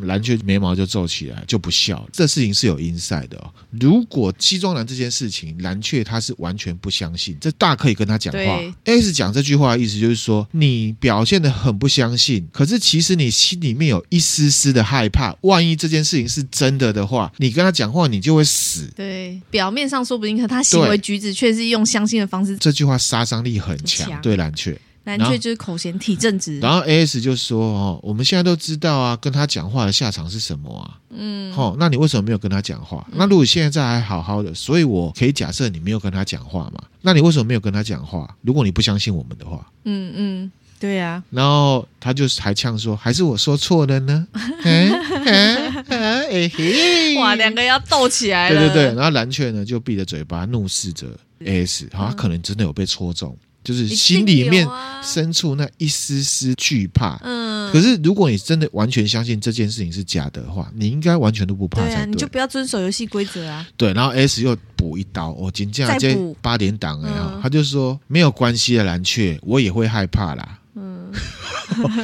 Speaker 1: 蓝雀眉毛就皱起来，就不笑了。这事情是有阴塞的哦。如果西装男这件事情，蓝雀他是完全不相信，这大可以跟他讲话
Speaker 2: 对。
Speaker 1: S 讲这句话的意思就是说，你表现的很不相信，可是其实你心里面有一丝丝的害怕，万一这件事情是真的的话，你跟他讲话，你就会死。
Speaker 2: 对，表面上说不定，可他行
Speaker 1: 对
Speaker 2: 为举止却是用相信的方式。
Speaker 1: 这句话杀伤力很强，
Speaker 2: 很强
Speaker 1: 对蓝雀。
Speaker 2: 蓝
Speaker 1: 然后
Speaker 2: 雀就是口嫌体正直。
Speaker 1: 然后 A S 就说：“哦，我们现在都知道啊，跟他讲话的下场是什么啊？
Speaker 2: 嗯，
Speaker 1: 哦，那你为什么没有跟他讲话？那如果现在还好好的，所以我可以假设你没有跟他讲话嘛？那你为什么没有跟他讲话？如果你不相信我们的话，
Speaker 2: 嗯嗯，对呀、
Speaker 1: 然后他就还呛说，还是我说错了呢？ 嗯嗯嗯，哎嘿，
Speaker 2: 哇，两个要斗起来
Speaker 1: 对
Speaker 2: 了。嗯
Speaker 1: 对对，然后蓝雀呢就闭着嘴巴怒视着 A S，好、他可能真的有被戳中，就是
Speaker 2: 一定
Speaker 1: 心里面
Speaker 2: 有啊
Speaker 1: 深处那一丝丝惧怕。
Speaker 2: 嗯，
Speaker 1: 可是如果你真的完全相信这件事情是假的话，你应该完全都不怕
Speaker 2: 对啊，
Speaker 1: 才
Speaker 2: 你
Speaker 1: 对。
Speaker 2: 就不要遵守游戏规则啊。
Speaker 1: 对，然后 S 又补一刀，我今天
Speaker 2: 再
Speaker 1: 这
Speaker 2: 补
Speaker 1: 八点档哎呀
Speaker 2: 嗯，
Speaker 1: 他就说没有关系的，蓝雀，我也会害怕啦。
Speaker 2: 嗯，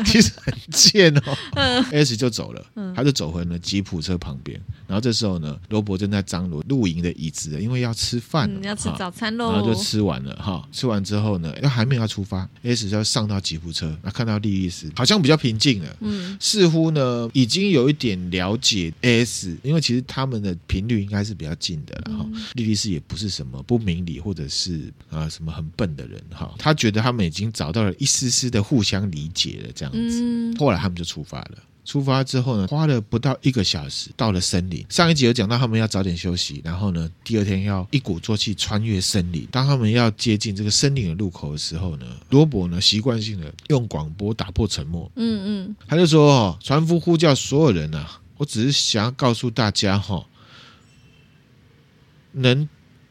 Speaker 1: 其实很贱 哦。S 就走了，
Speaker 2: 嗯
Speaker 1: 他就走回了吉普车旁边。然后这时候呢，罗伯正在张罗露营的椅子了，因为要吃饭了嘛，
Speaker 2: 嗯，要吃
Speaker 1: 哈
Speaker 2: 早餐
Speaker 1: 然后
Speaker 2: 喽
Speaker 1: 就。吃完了哈，吃完之后呢，要还没有要出发，S 就要上到吉普车，那看到莉莉丝好像比较平静了，
Speaker 2: 嗯
Speaker 1: 似乎呢已经有一点了解 S，因为其实他们的频率应该是比较近的了哈。莉莉丝也不是什么不明理或者是啊、呃什么很笨的人哈，他觉得他们已经找到了一丝丝的互相理解了这样子。
Speaker 2: 嗯，
Speaker 1: 后来他们就出发了。出发之后呢，花了不到一个小时到了森林。上一集有讲到他们要早点休息，然后呢，第二天要一鼓作气穿越森林。当他们要接近这个森林的入口的时候呢，罗伯呢习惯性的用广播打破沉默，
Speaker 2: 嗯嗯，
Speaker 1: 他就说：“哦，船夫呼叫所有人啊，我只是想要告诉大家，哈，能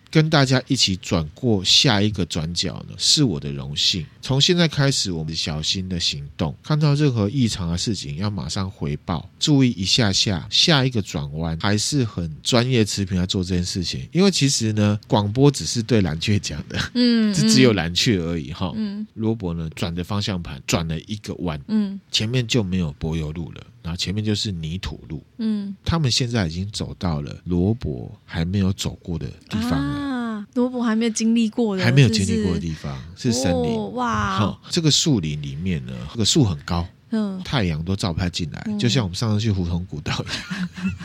Speaker 1: 跟大家一起转过下一个转角呢，是我的荣幸。从现在开始，我们小心的行动，看到任何异常的事情要马上回报，注意一下下下一个转弯，还是很专业持平来做这件事情。因为其实呢，广播只是对蓝雀讲的，
Speaker 2: 嗯，
Speaker 1: 这只有蓝雀而已，哈。
Speaker 2: 嗯
Speaker 1: 罗伯呢，转着方向盘转了一个弯。”
Speaker 2: 嗯
Speaker 1: 前面就没有柏油路了，然后前面就是泥土路。
Speaker 2: 嗯
Speaker 1: 他们现在已经走到了罗伯还没有走过的地方了，
Speaker 2: 啊，罗伯还没有经历过的，
Speaker 1: 还没有经历过的
Speaker 2: 是
Speaker 1: 地方是森林。
Speaker 2: 哦哇，
Speaker 1: 好、这个树林里面呢，这个树很高，
Speaker 2: 嗯，
Speaker 1: 太阳都照不太进来，
Speaker 2: 嗯
Speaker 1: 就像我们上次去胡同古道一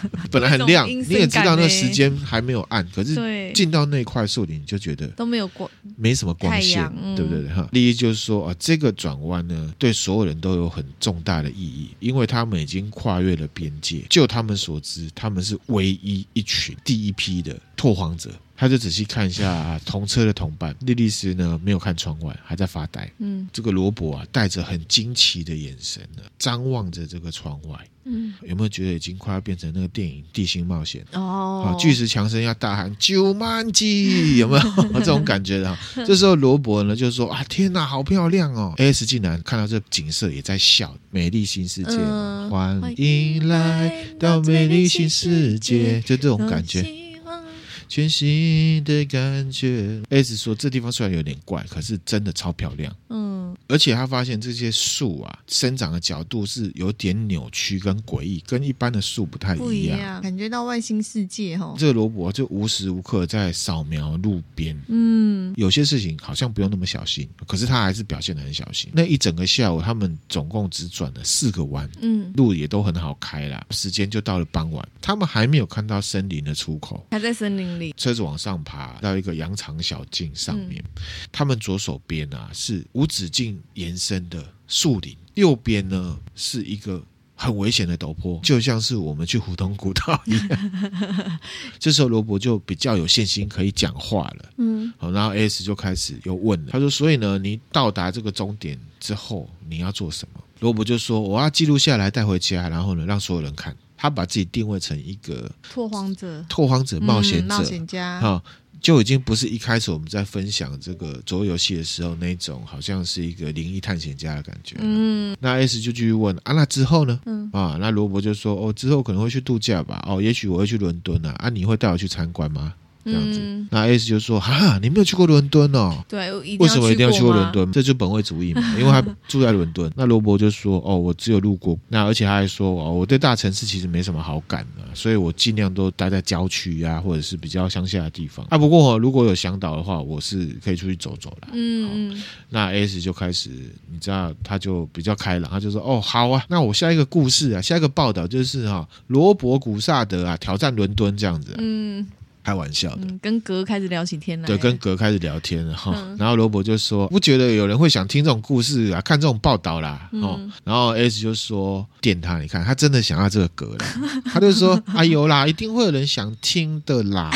Speaker 1: 样，本来很亮，
Speaker 2: 有一种阴森
Speaker 1: 你也知道
Speaker 2: 感
Speaker 1: 那
Speaker 2: 欸
Speaker 1: 时间还没有暗，可是
Speaker 2: 对，
Speaker 1: 进到那块树林，你就觉得
Speaker 2: 都没有过，
Speaker 1: 没什么光
Speaker 2: 太
Speaker 1: 线
Speaker 2: 阳，嗯
Speaker 1: 对不对？哈，第一就是说啊，这个转弯呢，对所有人都有很重大的意义，因为他们已经跨越了边界。就他们所知，他们是唯一一群第一批的拓荒者。他就仔细看一下、啊同车的同伴莉莉丝呢，没有看窗外，还在发呆。
Speaker 2: 嗯
Speaker 1: 这个罗伯啊，带着很惊奇的眼神呢，张望着这个窗外，
Speaker 2: 嗯，
Speaker 1: 有没有觉得已经快要变成那个电影《地心冒险》？啊
Speaker 2: 哦，，
Speaker 1: 巨石强森要大喊“九万级”， 有没有这种感觉的啊？这时候罗伯呢就说：“啊，天哪，好漂亮哦！”S 竟然看到这景色也在笑，美丽新世界嘛，
Speaker 2: 嗯
Speaker 1: 欢迎来到美丽新世界，就这种感觉，
Speaker 2: 希望
Speaker 1: 全新的感觉。S 说这地方虽然有点怪，可是真的超漂亮。
Speaker 2: 嗯
Speaker 1: 而且他发现这些树啊，生长的角度是有点扭曲跟诡异，跟一般的树不太
Speaker 2: 不
Speaker 1: 一
Speaker 2: 一
Speaker 1: 样。
Speaker 2: 样，感觉到外星世界哈。
Speaker 1: 这个罗伯就无时无刻在扫描路边，
Speaker 2: 嗯
Speaker 1: 有些事情好像不用那么小心，可是他还是表现得很小心。那一整个下午，他们总共只转了四个弯，
Speaker 2: 嗯，
Speaker 1: 路也都很好开啦。时间就到了傍晚，他们还没有看到森林的出口。
Speaker 2: 还在森林里。
Speaker 1: 车子往上爬到一个羊肠小径上面，
Speaker 2: 嗯
Speaker 1: 他们左手边啊是无止境延伸的树林，右边呢是一个很危险的陡
Speaker 2: 嗯
Speaker 1: 坡，就像是我们去胡同古道一样。 这时候罗伯就比较有信心可以讲话了。
Speaker 2: 嗯
Speaker 1: 好，然后 S 就开始又问了，他说：“所以呢，你到达这个终点之后，你要做什么？”罗伯就说：“我要记录下来带回家，然后呢，让所有人看。”他把自己定位成一个
Speaker 2: 拓荒者、
Speaker 1: 拓荒者、冒险者、
Speaker 2: 嗯冒险家。
Speaker 1: 好、就已经不是一开始我们在分享这个桌游戏的时候那种好像是一个灵异探险家的感觉。
Speaker 2: 嗯
Speaker 1: 那 S 就继续问啊，那之后呢？
Speaker 2: 嗯
Speaker 1: 啊，那罗伯就说哦，之后可能会去度假吧，哦，也许我会去伦敦啊，啊，你会带我去参观吗？这样子，
Speaker 2: 嗯，
Speaker 1: 那 S 就说哈，你没有去过伦敦哦。
Speaker 2: 对，我一定
Speaker 1: 为什么一定要去过
Speaker 2: 吗
Speaker 1: 伦？敦？这就本位主义 嘛，因为他住在伦敦。那罗伯就说：“哦，我只有路过。”那而且他还说：“哦，我对大城市其实没什么好感的、所以我尽量都待在郊区啊，或者是比较乡下的地方。”啊，不过、哦、如果有向导的话，我是可以出去走走啦。
Speaker 2: 嗯嗯，
Speaker 1: 那 S 就开始，你知道，他就比较开朗，他就说：“哦，好啊，那我下一个故事啊，下一个报道就是哈、罗伯古萨德啊挑战伦敦这样子啊、
Speaker 2: 嗯
Speaker 1: 开玩笑的。
Speaker 2: 嗯，跟格开始聊起天来。
Speaker 1: 对，跟格开始聊天了哈。
Speaker 2: 嗯
Speaker 1: 然后罗伯就说：“不觉得有人会想听这种故事啊，看这种报道啦。
Speaker 2: 嗯
Speaker 1: 哦，然后 S 就说：“电他，你看他真的想要这个格了。” 他就说：“哎呦啦，一定会有人想听的 啦。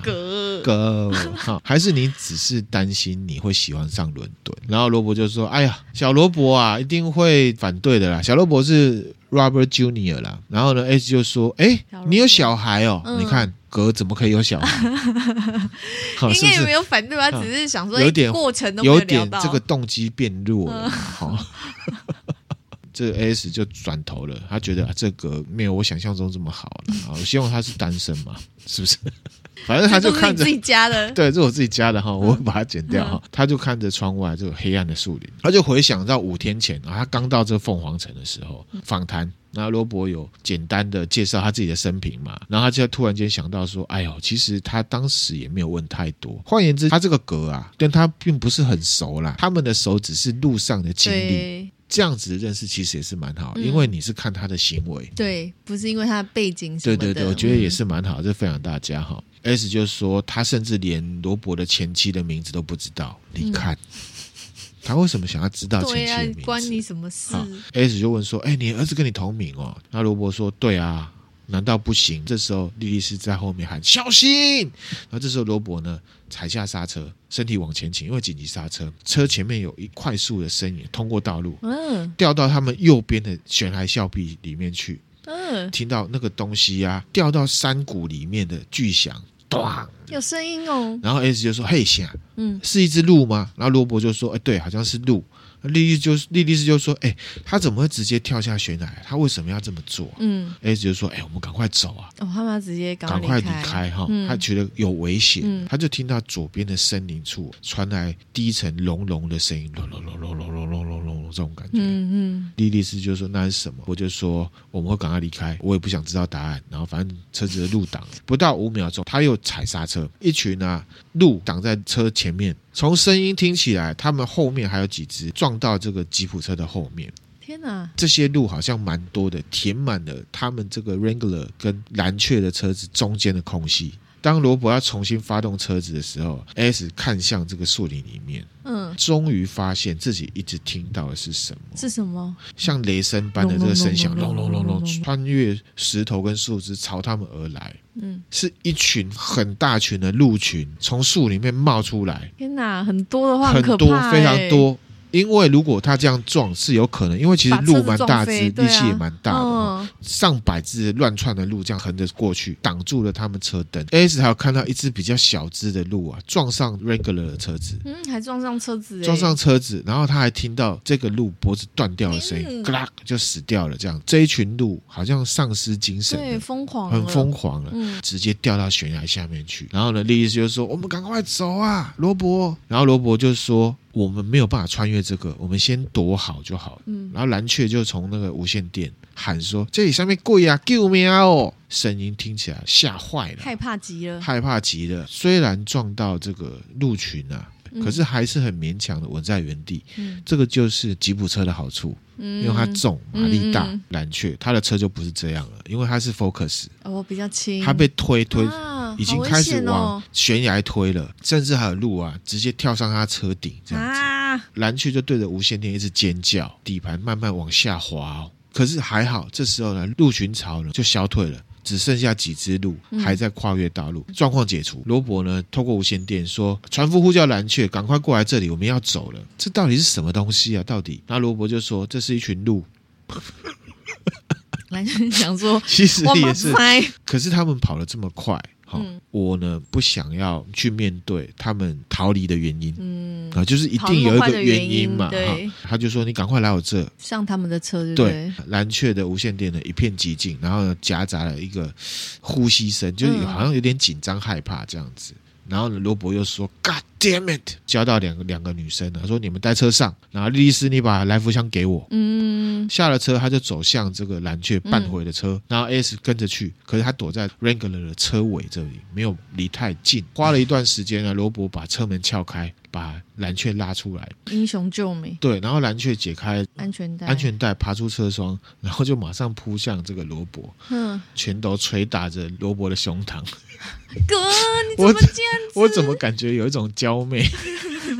Speaker 2: 格，
Speaker 1: 格”哈，还是你只是担心你会喜欢上伦敦？然后罗伯就说：“哎呀，小罗伯啊，一定会反对的啦。小罗伯是 Robert Junior 啦。”然后呢，S 就说：“哎
Speaker 2: 小罗，伯
Speaker 1: 你有小孩哦？
Speaker 2: 嗯
Speaker 1: 你看格怎么可以有小 孩？好，
Speaker 2: 应
Speaker 1: 是不
Speaker 2: 该
Speaker 1: 是
Speaker 2: 也？没有反对吧？
Speaker 1: 嗯
Speaker 2: 只是想说
Speaker 1: 有
Speaker 2: 哎
Speaker 1: 点
Speaker 2: 过程都没
Speaker 1: 有
Speaker 2: 聊
Speaker 1: 点
Speaker 2: 到嗯
Speaker 1: 这个动机变弱了，好。 这个 S 就转头了，他觉得、啊、这个没有我想象中这么好了啊！我希望他是单身嘛，是不是？反正他就
Speaker 2: 这都是
Speaker 1: 看
Speaker 2: 你
Speaker 1: 着
Speaker 2: 自，己家 的。
Speaker 1: 对，这是我自己加的
Speaker 2: 嗯
Speaker 1: 哈，我会把它剪掉哈。他就看着窗外这个黑暗的树林，他就回想到五天前啊，他刚到这凤凰城的时候
Speaker 2: 嗯
Speaker 1: 访谈。那罗伯有简单的介绍他自己的生平嘛，然后他就突然间想到说，哎呦，其实他当时也没有问太多。换言之，他这个格啊，跟他并不是很熟啦，他们的熟只是路上的经历，
Speaker 2: 对
Speaker 1: 这样子的认识其实也是蛮好，
Speaker 2: 嗯
Speaker 1: 因为你是看他的行为，
Speaker 2: 对，不是因为他的背景什
Speaker 1: 对
Speaker 2: 么的。
Speaker 1: 对对，我觉得也
Speaker 2: 嗯
Speaker 1: 是蛮好，这分享大家哈。S 就说他甚至连罗伯的前妻的名字都不知道，你看、 他为什么想要知道前
Speaker 2: 嗯对
Speaker 1: 妻
Speaker 2: 啊
Speaker 1: 的名，字？
Speaker 2: 关你什么事？
Speaker 1: 好 S 就问说：“哎、你儿子跟你同名哦？”那罗伯说：“对啊，难道不行？”啊这时候莉莉丝在后面喊：“小心！”然后这时候罗伯呢踩下刹车，身体往前倾，因为紧急刹车，车前面有一快速的身影通过道路，
Speaker 2: 嗯
Speaker 1: 掉到他们右边的悬崖峭壁里面去。
Speaker 2: 嗯，
Speaker 1: 听到那个东西呀、掉到山谷里面的巨响，咣！
Speaker 2: 有声音哦。
Speaker 1: 然后 S 就说：“嘿，想
Speaker 2: 嗯
Speaker 1: 是一只鹿吗？”然后罗伯就说：“哎，对，好像是鹿。”莉莉就莉莉丝就说：“哎，他怎么会直接跳下悬崖？他为什么要这么做
Speaker 2: 嗯，
Speaker 1: ？”S 就说：“哎，我们赶快走啊，
Speaker 2: 哦，他妈直接
Speaker 1: 赶快离
Speaker 2: 开。
Speaker 1: 开哈！
Speaker 2: 嗯
Speaker 1: 他觉得有危险，
Speaker 2: 嗯
Speaker 1: 他就听到左边的森林处传来低沉隆隆的声音，隆隆隆隆隆隆隆隆隆隆这种感觉。
Speaker 2: 嗯
Speaker 1: 莉莉丝就说那是什么？我就说我们会赶快离开，我也不想知道答案。然后反正车子的路挡不到五秒钟，他又踩刹车，一群啊鹿挡在车前面。从声音听起来，他们后面还有几只撞到这个吉普车的后面。
Speaker 2: 嗯，天哪，
Speaker 1: 这些鹿好像蛮多的，填满了他们这个 Wrangler 跟蓝雀的车子中间的空隙。当罗伯要重新发动车子的时候，S 看向这个树林里面，
Speaker 2: 嗯，嗯，
Speaker 1: 终于发现自己一直听到的是什么，
Speaker 2: 是什么？
Speaker 1: 像雷声般的这个声响，
Speaker 2: 隆
Speaker 1: 隆
Speaker 2: 隆
Speaker 1: 隆
Speaker 2: 隆隆
Speaker 1: 隆隆，
Speaker 2: 隆隆
Speaker 1: 穿越石头跟树枝朝他们而来，
Speaker 2: 嗯，
Speaker 1: 是一群很大群的鹿群从树里面冒出来，
Speaker 2: 天哪，很多的话
Speaker 1: 很
Speaker 2: 可
Speaker 1: 多
Speaker 2: 怕、欸
Speaker 1: 非常。多。因为如果它这样撞是有可能，因为其实
Speaker 2: 把车子
Speaker 1: 鹿蛮大
Speaker 2: 撞
Speaker 1: 只，
Speaker 2: 飞对
Speaker 1: 力
Speaker 2: 啊
Speaker 1: 气也蛮大的哦、
Speaker 2: 嗯，
Speaker 1: 上百只乱窜的鹿这样横着过去，挡住了他们车灯。AS 还有看到一只比较小只的鹿啊，撞上 regular 的车子，
Speaker 2: 嗯，还撞上车子、欸，
Speaker 1: 撞上车子，然后他还听到这个鹿脖子断掉的声音，
Speaker 2: 嗯
Speaker 1: 嘎啦就死掉了。这样，这一群鹿好像丧失精神
Speaker 2: 对，
Speaker 1: 了，
Speaker 2: 疯狂，
Speaker 1: 很疯，狂了。
Speaker 2: 嗯，
Speaker 1: 直接掉到悬崖下面去，然后呢，莉莉丝就说：“我们赶快走啊，罗伯。”然后罗伯就说：“我们没有办法穿越这个，我们先躲好就好。”
Speaker 2: 嗯，
Speaker 1: 然后蓝雀就从那个无线电喊说：“这里上面贵啊，救命啊！”哦，声音听起来吓坏了，
Speaker 2: 害怕极了。
Speaker 1: 害怕极了。虽然撞到这个鹿群啊，
Speaker 2: 嗯
Speaker 1: 可是还是很勉强的稳在原地。
Speaker 2: 嗯，
Speaker 1: 这个就是吉普车的好处，因
Speaker 2: 因
Speaker 1: 为它重、马力大
Speaker 2: 嗯嗯。
Speaker 1: 蓝雀它的车就不是这样了，因为它是 Focus，
Speaker 2: 我哦比较轻，
Speaker 1: 它被推推。
Speaker 2: 啊
Speaker 1: 已经
Speaker 2: 好危
Speaker 1: 开始
Speaker 2: 险
Speaker 1: 往
Speaker 2: 哦
Speaker 1: 悬崖推了，甚至还有鹿啊，直接跳上它车顶这样子。
Speaker 2: 啊，
Speaker 1: 蓝雀就对着无线电一直尖叫，底盘慢慢往下滑、哦。可是还好，这时候呢，鹿群潮呢就消退了。只剩下几只鹿
Speaker 2: 嗯
Speaker 1: 还在跨越大陆，状况解除。罗伯呢，透过无线电说：“船夫呼叫蓝雀，赶快过来这里，我们要走了。”这到底是什么东西啊？到底？那罗伯就说：“这是一群鹿。
Speaker 2: 来想说”，
Speaker 1: 其实
Speaker 2: 我
Speaker 1: 也
Speaker 2: 马
Speaker 1: 是，
Speaker 2: 猜，
Speaker 1: 可是他们跑得这么快，哈、
Speaker 2: 嗯
Speaker 1: 我呢不想要去面对他们逃离的原因
Speaker 2: 嗯，
Speaker 1: 啊，就是一定有一
Speaker 2: 跑那么快
Speaker 1: 个
Speaker 2: 的原
Speaker 1: 原因嘛，
Speaker 2: 因
Speaker 1: 哈
Speaker 2: 对。
Speaker 1: 他就说：“你赶快来我这，
Speaker 2: 上他们的车，对不
Speaker 1: 对？，蓝雀的无线电呢一片寂静，然后呢夹杂了一个呼吸声，就是
Speaker 2: 嗯
Speaker 1: 好像有点紧张害怕这样子。然后呢，罗伯又说 “God damn it”，教到两个两个女生呢，啊他说你们待车上，然后莉莉丝你把来福枪给我。
Speaker 2: 嗯，
Speaker 1: 下了车，他就走向这个蓝雀半回的车，然后 S 跟着去，可是他躲在 Wrangler 的车尾这里，没有离太近。花了一段时间呢，啊罗伯把车门撬开，把蓝雀拉出来，
Speaker 2: 英雄救美，
Speaker 1: 对，然后蓝雀解开
Speaker 2: 安全带，
Speaker 1: 安，全带爬出车窗， 然后就马上扑向这个罗伯，
Speaker 2: 嗯，
Speaker 1: 拳头捶打着罗伯的胸膛。
Speaker 2: 哥，你怎
Speaker 1: 我
Speaker 2: 么这样？
Speaker 1: 我怎么感觉有一种娇媚？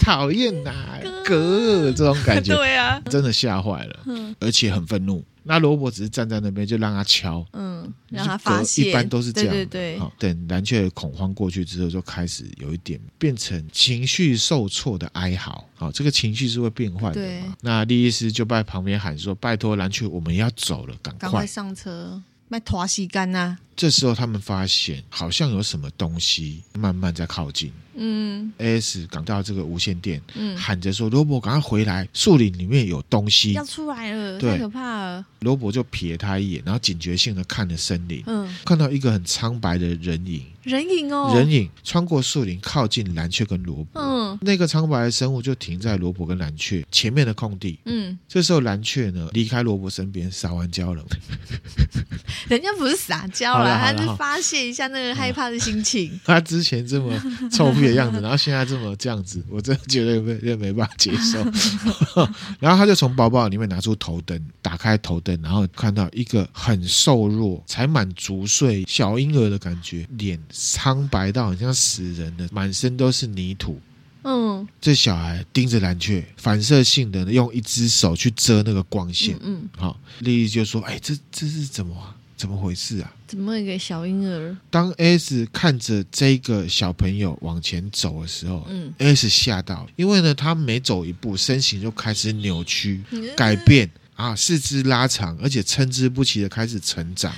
Speaker 1: 讨厌呐、哥这种 感觉，
Speaker 2: 对啊，
Speaker 1: 真的吓坏了，
Speaker 2: 嗯
Speaker 1: 而且很愤怒。那罗伯只是站在那边，就让他敲。
Speaker 2: 嗯，让他
Speaker 1: 就是隔
Speaker 2: 发泄，
Speaker 1: 一般都是这样
Speaker 2: 对对对，
Speaker 1: 好，等蓝雀恐慌过去之后，就开始有一点变成情绪受挫的哀嚎。好，这个情绪是会变坏的
Speaker 2: 对
Speaker 1: 嘛？那莉莉丝就在旁边喊说：“拜托蓝雀，我们要走了，赶
Speaker 2: 赶
Speaker 1: 快
Speaker 2: 快上车，卖拖啊西干呐，
Speaker 1: 这时候他们发现好像有什么东西慢慢在靠近。
Speaker 2: 嗯
Speaker 1: A.S. 赶到这个无线电，
Speaker 2: 嗯，
Speaker 1: 喊着说：“罗伯，赶快回来！树林里面有东西
Speaker 2: 要。出来了，
Speaker 1: 对
Speaker 2: 太可怕了，”
Speaker 1: 罗伯就瞥他一眼，然后警觉性的看着森林，
Speaker 2: 嗯，
Speaker 1: 看到一个很苍白的人影，
Speaker 2: 人影哦，
Speaker 1: 人，影穿过树林，靠近蓝雀跟罗伯。
Speaker 2: 嗯
Speaker 1: 那个苍白的生物就停在罗伯跟蓝雀前面的空地。
Speaker 2: 嗯，
Speaker 1: 这时候蓝雀呢离开罗伯身边，撒完娇了。
Speaker 2: 人家不是撒娇
Speaker 1: 好了
Speaker 2: 啦，
Speaker 1: 好
Speaker 2: 他
Speaker 1: 了
Speaker 2: 就发泄一下那个害怕的 心情，
Speaker 1: 他之前这么臭屁的样子，然后现在这么这样子，我真的觉得没没办法接受。然后他就从包包里面拿出头灯，打开头灯，然后看到一个很瘦弱、才满足岁小婴儿的感觉，脸苍白到很像死人的，满身都是泥土。
Speaker 2: 嗯
Speaker 1: 这小孩盯着蓝雀，反射性的用一只手去遮那个光线
Speaker 2: 嗯。嗯，
Speaker 1: 好、丽丽就说：“哎，这这是怎么啊怎么回事啊？”
Speaker 2: 怎么一个小婴儿，
Speaker 1: 当 S 看着这个小朋友往前走的时候、
Speaker 2: 嗯，
Speaker 1: s 吓到，因为呢，他每走一步，身形就开始扭曲、
Speaker 2: 嗯
Speaker 1: 改变啊，四肢拉长，而且参差不齐的开始成长。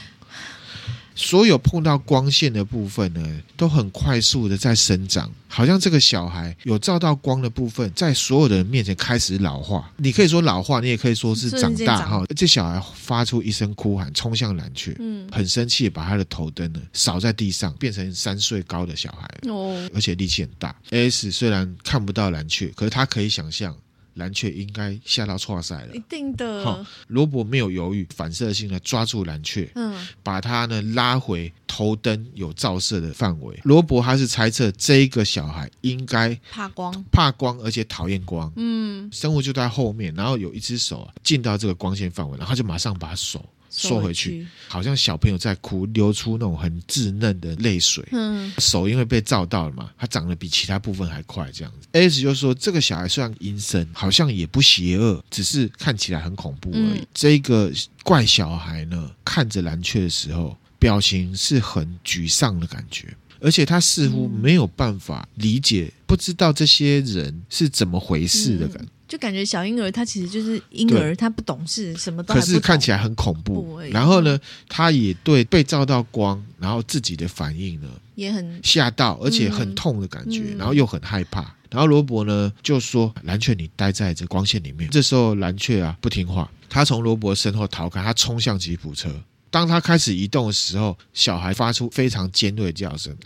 Speaker 1: 所有碰到光线的部分呢，都很快速的在生长，好像这个小孩有照到光的部分，在所有的人面前开始老化。你可以说老化，你也可以说是
Speaker 2: 瞬
Speaker 1: 长
Speaker 2: 间
Speaker 1: 大
Speaker 2: 长
Speaker 1: 哈。这小孩发出一声哭喊，冲向蓝雀。
Speaker 2: 嗯
Speaker 1: 很生气，把他的头灯呢扫在地上，变成三岁高的小孩，
Speaker 2: 哦，
Speaker 1: 而且力气很大。S 虽然看不到蓝雀，可是他可以想象蓝雀应该吓到错赛了
Speaker 2: 一。定
Speaker 1: 好
Speaker 2: 的，
Speaker 1: 罗伯没有犹豫，反射性的抓住蓝雀，
Speaker 2: 嗯
Speaker 1: 把它呢拉回头灯有照射的范围。罗伯他是猜测这一个小孩应该
Speaker 2: 怕光，
Speaker 1: 怕光，而且讨厌光。
Speaker 2: 嗯，
Speaker 1: 生物就在后面，然后有一只手啊进到这个光线范围，然后他就马上把手缩回去，，好像小朋友在哭，流出那种很稚嫩的泪水。
Speaker 2: 嗯
Speaker 1: 手因为被照到了嘛，他长得比其他部分还快，这样子。S 就说这个小孩虽然阴森，好像也不邪恶，只是看起来很恐怖而已。
Speaker 2: 嗯
Speaker 1: 这个怪小孩呢，看着蓝雀的时候，表情是很沮丧的感觉，而且他似乎没有办法理解，不知道这些人是怎么回事
Speaker 2: 嗯
Speaker 1: 的感觉。
Speaker 2: 就感觉小婴儿他其实就是婴儿，他不懂事，什么都
Speaker 1: 可是看起
Speaker 2: 来
Speaker 1: 来很恐
Speaker 2: 恐怖
Speaker 1: 怖
Speaker 2: 而已，
Speaker 1: 然后呢，他也对被照到光，然后自己的反应呢，
Speaker 2: 也很
Speaker 1: 吓到，而且很痛的感觉，
Speaker 2: 嗯
Speaker 1: 然后又很害怕。然后罗伯呢就说：“蓝雀，你待在这光线里面。”这时候蓝雀啊不听话，他从罗伯身后逃开，他冲向吉普车。当他开始移动的时候，小孩发出非常尖锐的叫声，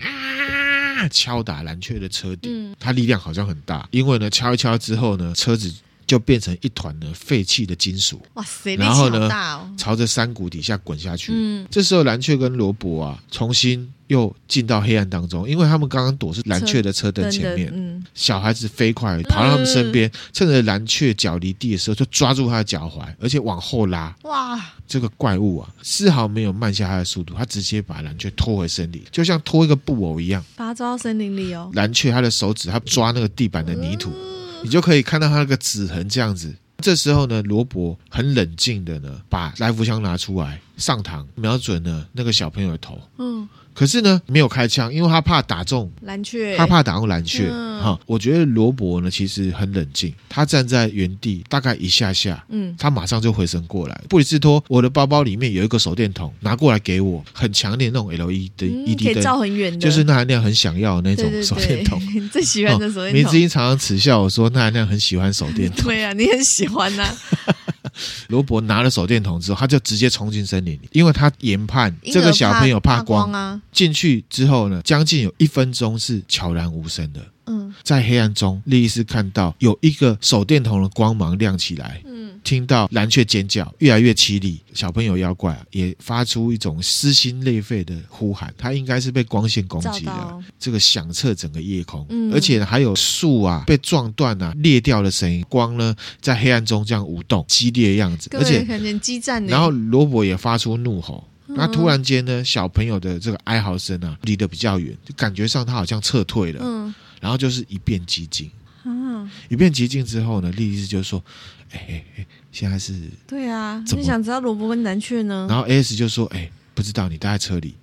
Speaker 1: 啊，敲打蓝雀的车顶。
Speaker 2: 嗯
Speaker 1: 它力量好像很大，因为呢敲一敲之后呢，车子就变成一团呢废弃的金属，
Speaker 2: 哇塞，力
Speaker 1: 然后
Speaker 2: 气
Speaker 1: 呢
Speaker 2: 好大哦，
Speaker 1: 朝着山谷底下滚下去。
Speaker 2: 嗯，
Speaker 1: 这时候蓝雀跟罗伯啊，重新又进到黑暗当中，因为他们刚刚躲是蓝雀的车灯嗯
Speaker 2: 真
Speaker 1: 前
Speaker 2: 的，
Speaker 1: 面。
Speaker 2: 嗯，
Speaker 1: 小孩子飞快跑到他们身边，趁着蓝雀脚离地的时候，就抓住他的脚踝，而且往后拉。
Speaker 2: 哇，
Speaker 1: 这个怪物啊，丝毫没有慢下他的速度，他直接把蓝雀拖回身里，就像拖一个布偶一样。
Speaker 2: 把他抓到森林里哦，
Speaker 1: 蓝雀它的手指，它抓那个地板的泥土，你就可以看到它那个指痕这样子。这时候呢，罗伯很冷静的呢，把来福枪拿出来上膛，瞄准了那个小朋友的头。
Speaker 2: 嗯，
Speaker 1: 可是呢，没有开枪，因为他怕打中，
Speaker 2: 蓝雀，
Speaker 1: 他怕打中蓝雀。哈、
Speaker 2: 嗯
Speaker 1: 我觉得罗伯呢其实很冷静，他站在原地大概一下下。
Speaker 2: 嗯，
Speaker 1: 他马上就回神过来，布里斯托，我的包包里面有一个手电筒，拿过来给我，很强烈那种 E LED 的
Speaker 2: 嗯，可
Speaker 1: ED
Speaker 2: 以
Speaker 1: 灯，
Speaker 2: 照很远的，
Speaker 1: 就是那含量很想要的那
Speaker 2: 对
Speaker 1: 种
Speaker 2: 对
Speaker 1: 手电筒。
Speaker 2: 对，你最喜欢的手电
Speaker 1: 明
Speaker 2: 筒
Speaker 1: 之，音常常耻笑我说那含量很喜欢手电筒。
Speaker 2: 对啊，你很喜欢呐，
Speaker 1: 罗伯拿了手电筒之后，他就直接冲进森林里，因为他研判 这个小朋友
Speaker 2: 怕
Speaker 1: 怕光。
Speaker 2: 啊，
Speaker 1: 进去之后呢，将近有一分钟是悄然无声的。
Speaker 2: 嗯
Speaker 1: 在黑暗中，莉莉丝看到有一个手电筒的光芒亮起来，
Speaker 2: 嗯，
Speaker 1: 听到蓝雀尖叫，越来越凄厉。小朋友妖怪啊也发出一种撕心裂肺的呼喊，他应该是被光线攻
Speaker 2: 照
Speaker 1: 击啊的。
Speaker 2: 到，
Speaker 1: 这个响彻整个夜空，
Speaker 2: 嗯
Speaker 1: 而且还有树啊被撞断啊裂掉的声音，光呢在黑暗中这样舞动，激烈的样子，
Speaker 2: 各
Speaker 1: 而
Speaker 2: 位
Speaker 1: 且
Speaker 2: 看见激战呢，
Speaker 1: 然后罗伯也发出怒吼。
Speaker 2: 嗯
Speaker 1: 那突然间呢，小朋友的这个哀嚎声啊，离得比较远，就感觉上他好像撤退了，
Speaker 2: 嗯
Speaker 1: 然后就是一片寂静。
Speaker 2: 啊，
Speaker 1: 一片寂静之后呢，莉莉丝就说：“哎、哎哎，现在是……”
Speaker 2: 对啊，
Speaker 1: 怎么
Speaker 2: 你想知道萝卜跟蓝雀呢？
Speaker 1: 然后 S 就说：“哎、不知道你待在车里。”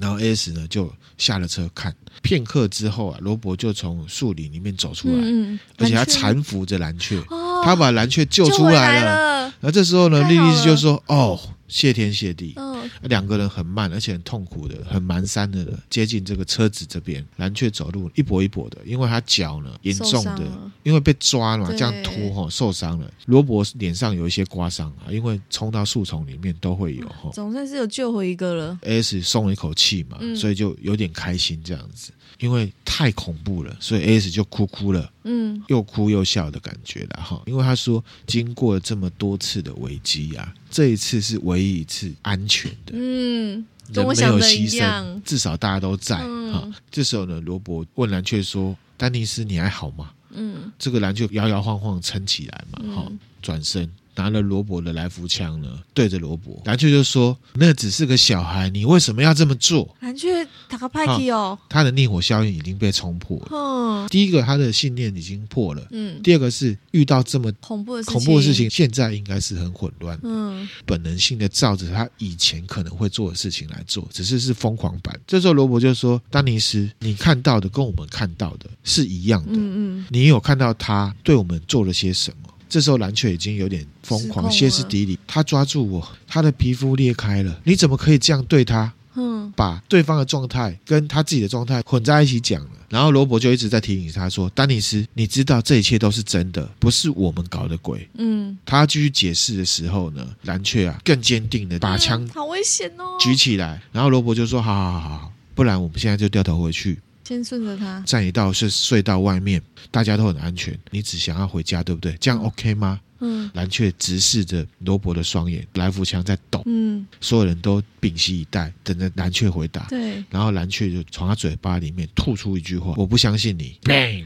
Speaker 1: 然后 S 呢就下了车看，片刻之后啊，罗伯就从树林里面走出来，
Speaker 2: 嗯嗯，
Speaker 1: 而且他
Speaker 2: 蓝雀
Speaker 1: 搀扶着蓝雀，
Speaker 2: 哦，
Speaker 1: 他把蓝雀救
Speaker 2: 救
Speaker 1: 出
Speaker 2: 回
Speaker 1: 来了。
Speaker 2: 了，
Speaker 1: 然后这时候呢，
Speaker 2: 太好
Speaker 1: 莉莉丝
Speaker 2: 了
Speaker 1: 就说：“哦，谢天谢地。
Speaker 2: 嗯
Speaker 1: 两个人很慢，而且很痛苦的，很蹒跚的接近这个车子这边。蓝雀走路一跛一跛的，因为他脚呢严重
Speaker 2: 受伤
Speaker 1: 的
Speaker 2: 了，
Speaker 1: 因为被抓了嘛，
Speaker 2: 对
Speaker 1: 这样拖哈、受伤了。罗伯脸上有一些刮伤啊，因为冲到树丛里面都会有哈。
Speaker 2: 总算是有救回一个了。
Speaker 1: S 松了一口气嘛，
Speaker 2: 嗯
Speaker 1: 所以就有点开心这样子，因为太恐怖了，所以 S 就哭哭了，
Speaker 2: 嗯，
Speaker 1: 又哭又笑的感觉了哈。因为他说，经过这么多次的危机啊，这一次是唯一一次安全的，
Speaker 2: 嗯，跟
Speaker 1: 人
Speaker 2: 我
Speaker 1: 没有
Speaker 2: 想的
Speaker 1: 牺
Speaker 2: 一
Speaker 1: 牲
Speaker 2: 样，。
Speaker 1: 至少大家都在哈、
Speaker 2: 嗯
Speaker 1: 这时候呢，罗伯问蓝雀说：“丹尼斯，你还好吗
Speaker 2: 嗯？”
Speaker 1: 这个蓝雀摇摇晃晃撑起来嘛，哈、
Speaker 2: 嗯
Speaker 1: 转身拿了罗伯的来福枪呢，对着罗伯，蓝雀就说：“那只是个小孩，你为什么要这么做
Speaker 2: 蓝雀打个派对哦，？”
Speaker 1: 他的逆火效应已经被冲破了。
Speaker 2: 嗯
Speaker 1: 第一个，他的信念已经破了；
Speaker 2: 嗯，
Speaker 1: 第二个是遇到这么
Speaker 2: 恐怖的
Speaker 1: 恐怖的事，情，现在应该是很混乱，
Speaker 2: 嗯
Speaker 1: 本能性的照着他以前可能会做的事情来做，只是是疯狂版。这时候罗伯就说：“丹尼斯，你看到的跟我们看到的是一样的，
Speaker 2: 嗯嗯，
Speaker 1: 你有看到他对我们做了些什么？”这时候蓝雀已经有点疯
Speaker 2: 失控
Speaker 1: 狂，
Speaker 2: 了
Speaker 1: 歇斯底里，他抓住我，他的皮肤裂开了，你怎么可以这样对他？
Speaker 2: 嗯
Speaker 1: 把对方的状态跟他自己的状态混在一起讲了。然后罗伯就一直在提醒他说：“丹尼斯，你知道这一切都是真的，不是我们搞的鬼。”
Speaker 2: 嗯，
Speaker 1: 他继续解释的时候呢，蓝雀啊更坚定的把枪
Speaker 2: 嗯好危险哦，
Speaker 1: 举起来，然后罗伯就说：“好好好好好，不然我们现在就掉头回去，
Speaker 2: 先顺着他，
Speaker 1: 站一道是隧道外面，大家都很安全。你只想要回家，对不对？这样 OK 吗
Speaker 2: 嗯？”
Speaker 1: 蓝雀直视着罗伯的双眼，来福枪在抖，
Speaker 2: 嗯，
Speaker 1: 所有人都屏息以待，等着蓝雀回答。
Speaker 2: 对，啊
Speaker 1: 然后蓝雀就从他嘴巴里面吐出一句话：“我不相信你。” bang，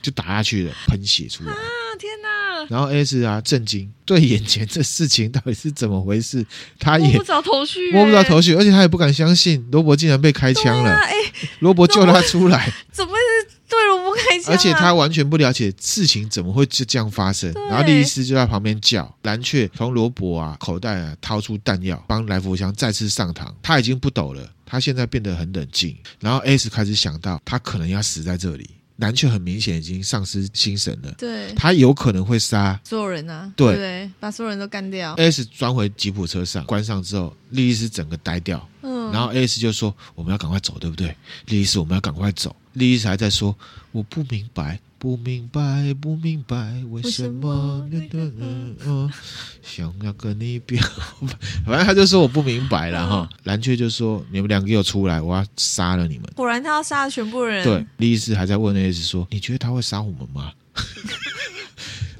Speaker 1: 就打下去了，喷血出来。
Speaker 2: 天哪，
Speaker 1: 然后 S 啊震惊，对眼前这事情到底是怎么回事，他
Speaker 2: 摸
Speaker 1: 也
Speaker 2: 不着头绪欸，
Speaker 1: 摸不着头绪，而且他也不敢相信罗伯竟然被开枪
Speaker 2: 对啊
Speaker 1: 了，
Speaker 2: 哎、
Speaker 1: 罗伯救他出 来，
Speaker 2: 怎么会是对萝卜开枪、啊？
Speaker 1: 而且他完全不了解事情怎么会就这样发生
Speaker 2: 对。
Speaker 1: 然后莉丝就在旁边叫，蓝雀从罗伯啊口袋啊掏出弹药，帮来福香再次上膛。他已经不抖了，他现在变得很冷静。然后 S 开始想到，他可能要死在这里。蓝雀很明显已经丧失心神了，
Speaker 2: 对
Speaker 1: 他有可能会杀。
Speaker 2: 所有人啊，
Speaker 1: 对哎
Speaker 2: 不对，把所有人都干掉。
Speaker 1: S 钻回吉普车上，关上之后，莉莉丝整个呆掉。
Speaker 2: 嗯，
Speaker 1: 然后 S 就说：“我们要赶快走，对不对？”莉莉丝，我们要赶快走。莉莉丝还在说：“我不明白，不明白，不明白，为什么？
Speaker 2: 为什么
Speaker 1: 嗯嗯，想要跟你表白。” 反正他就说我不明白了
Speaker 2: 嗯
Speaker 1: 哈。蓝雀就说：“你们两个给我出来，我要杀了你们。
Speaker 2: 果然他要杀了全部”人。
Speaker 1: 对，，莉莉丝还在问 S 说：“你觉得他会杀我们吗？”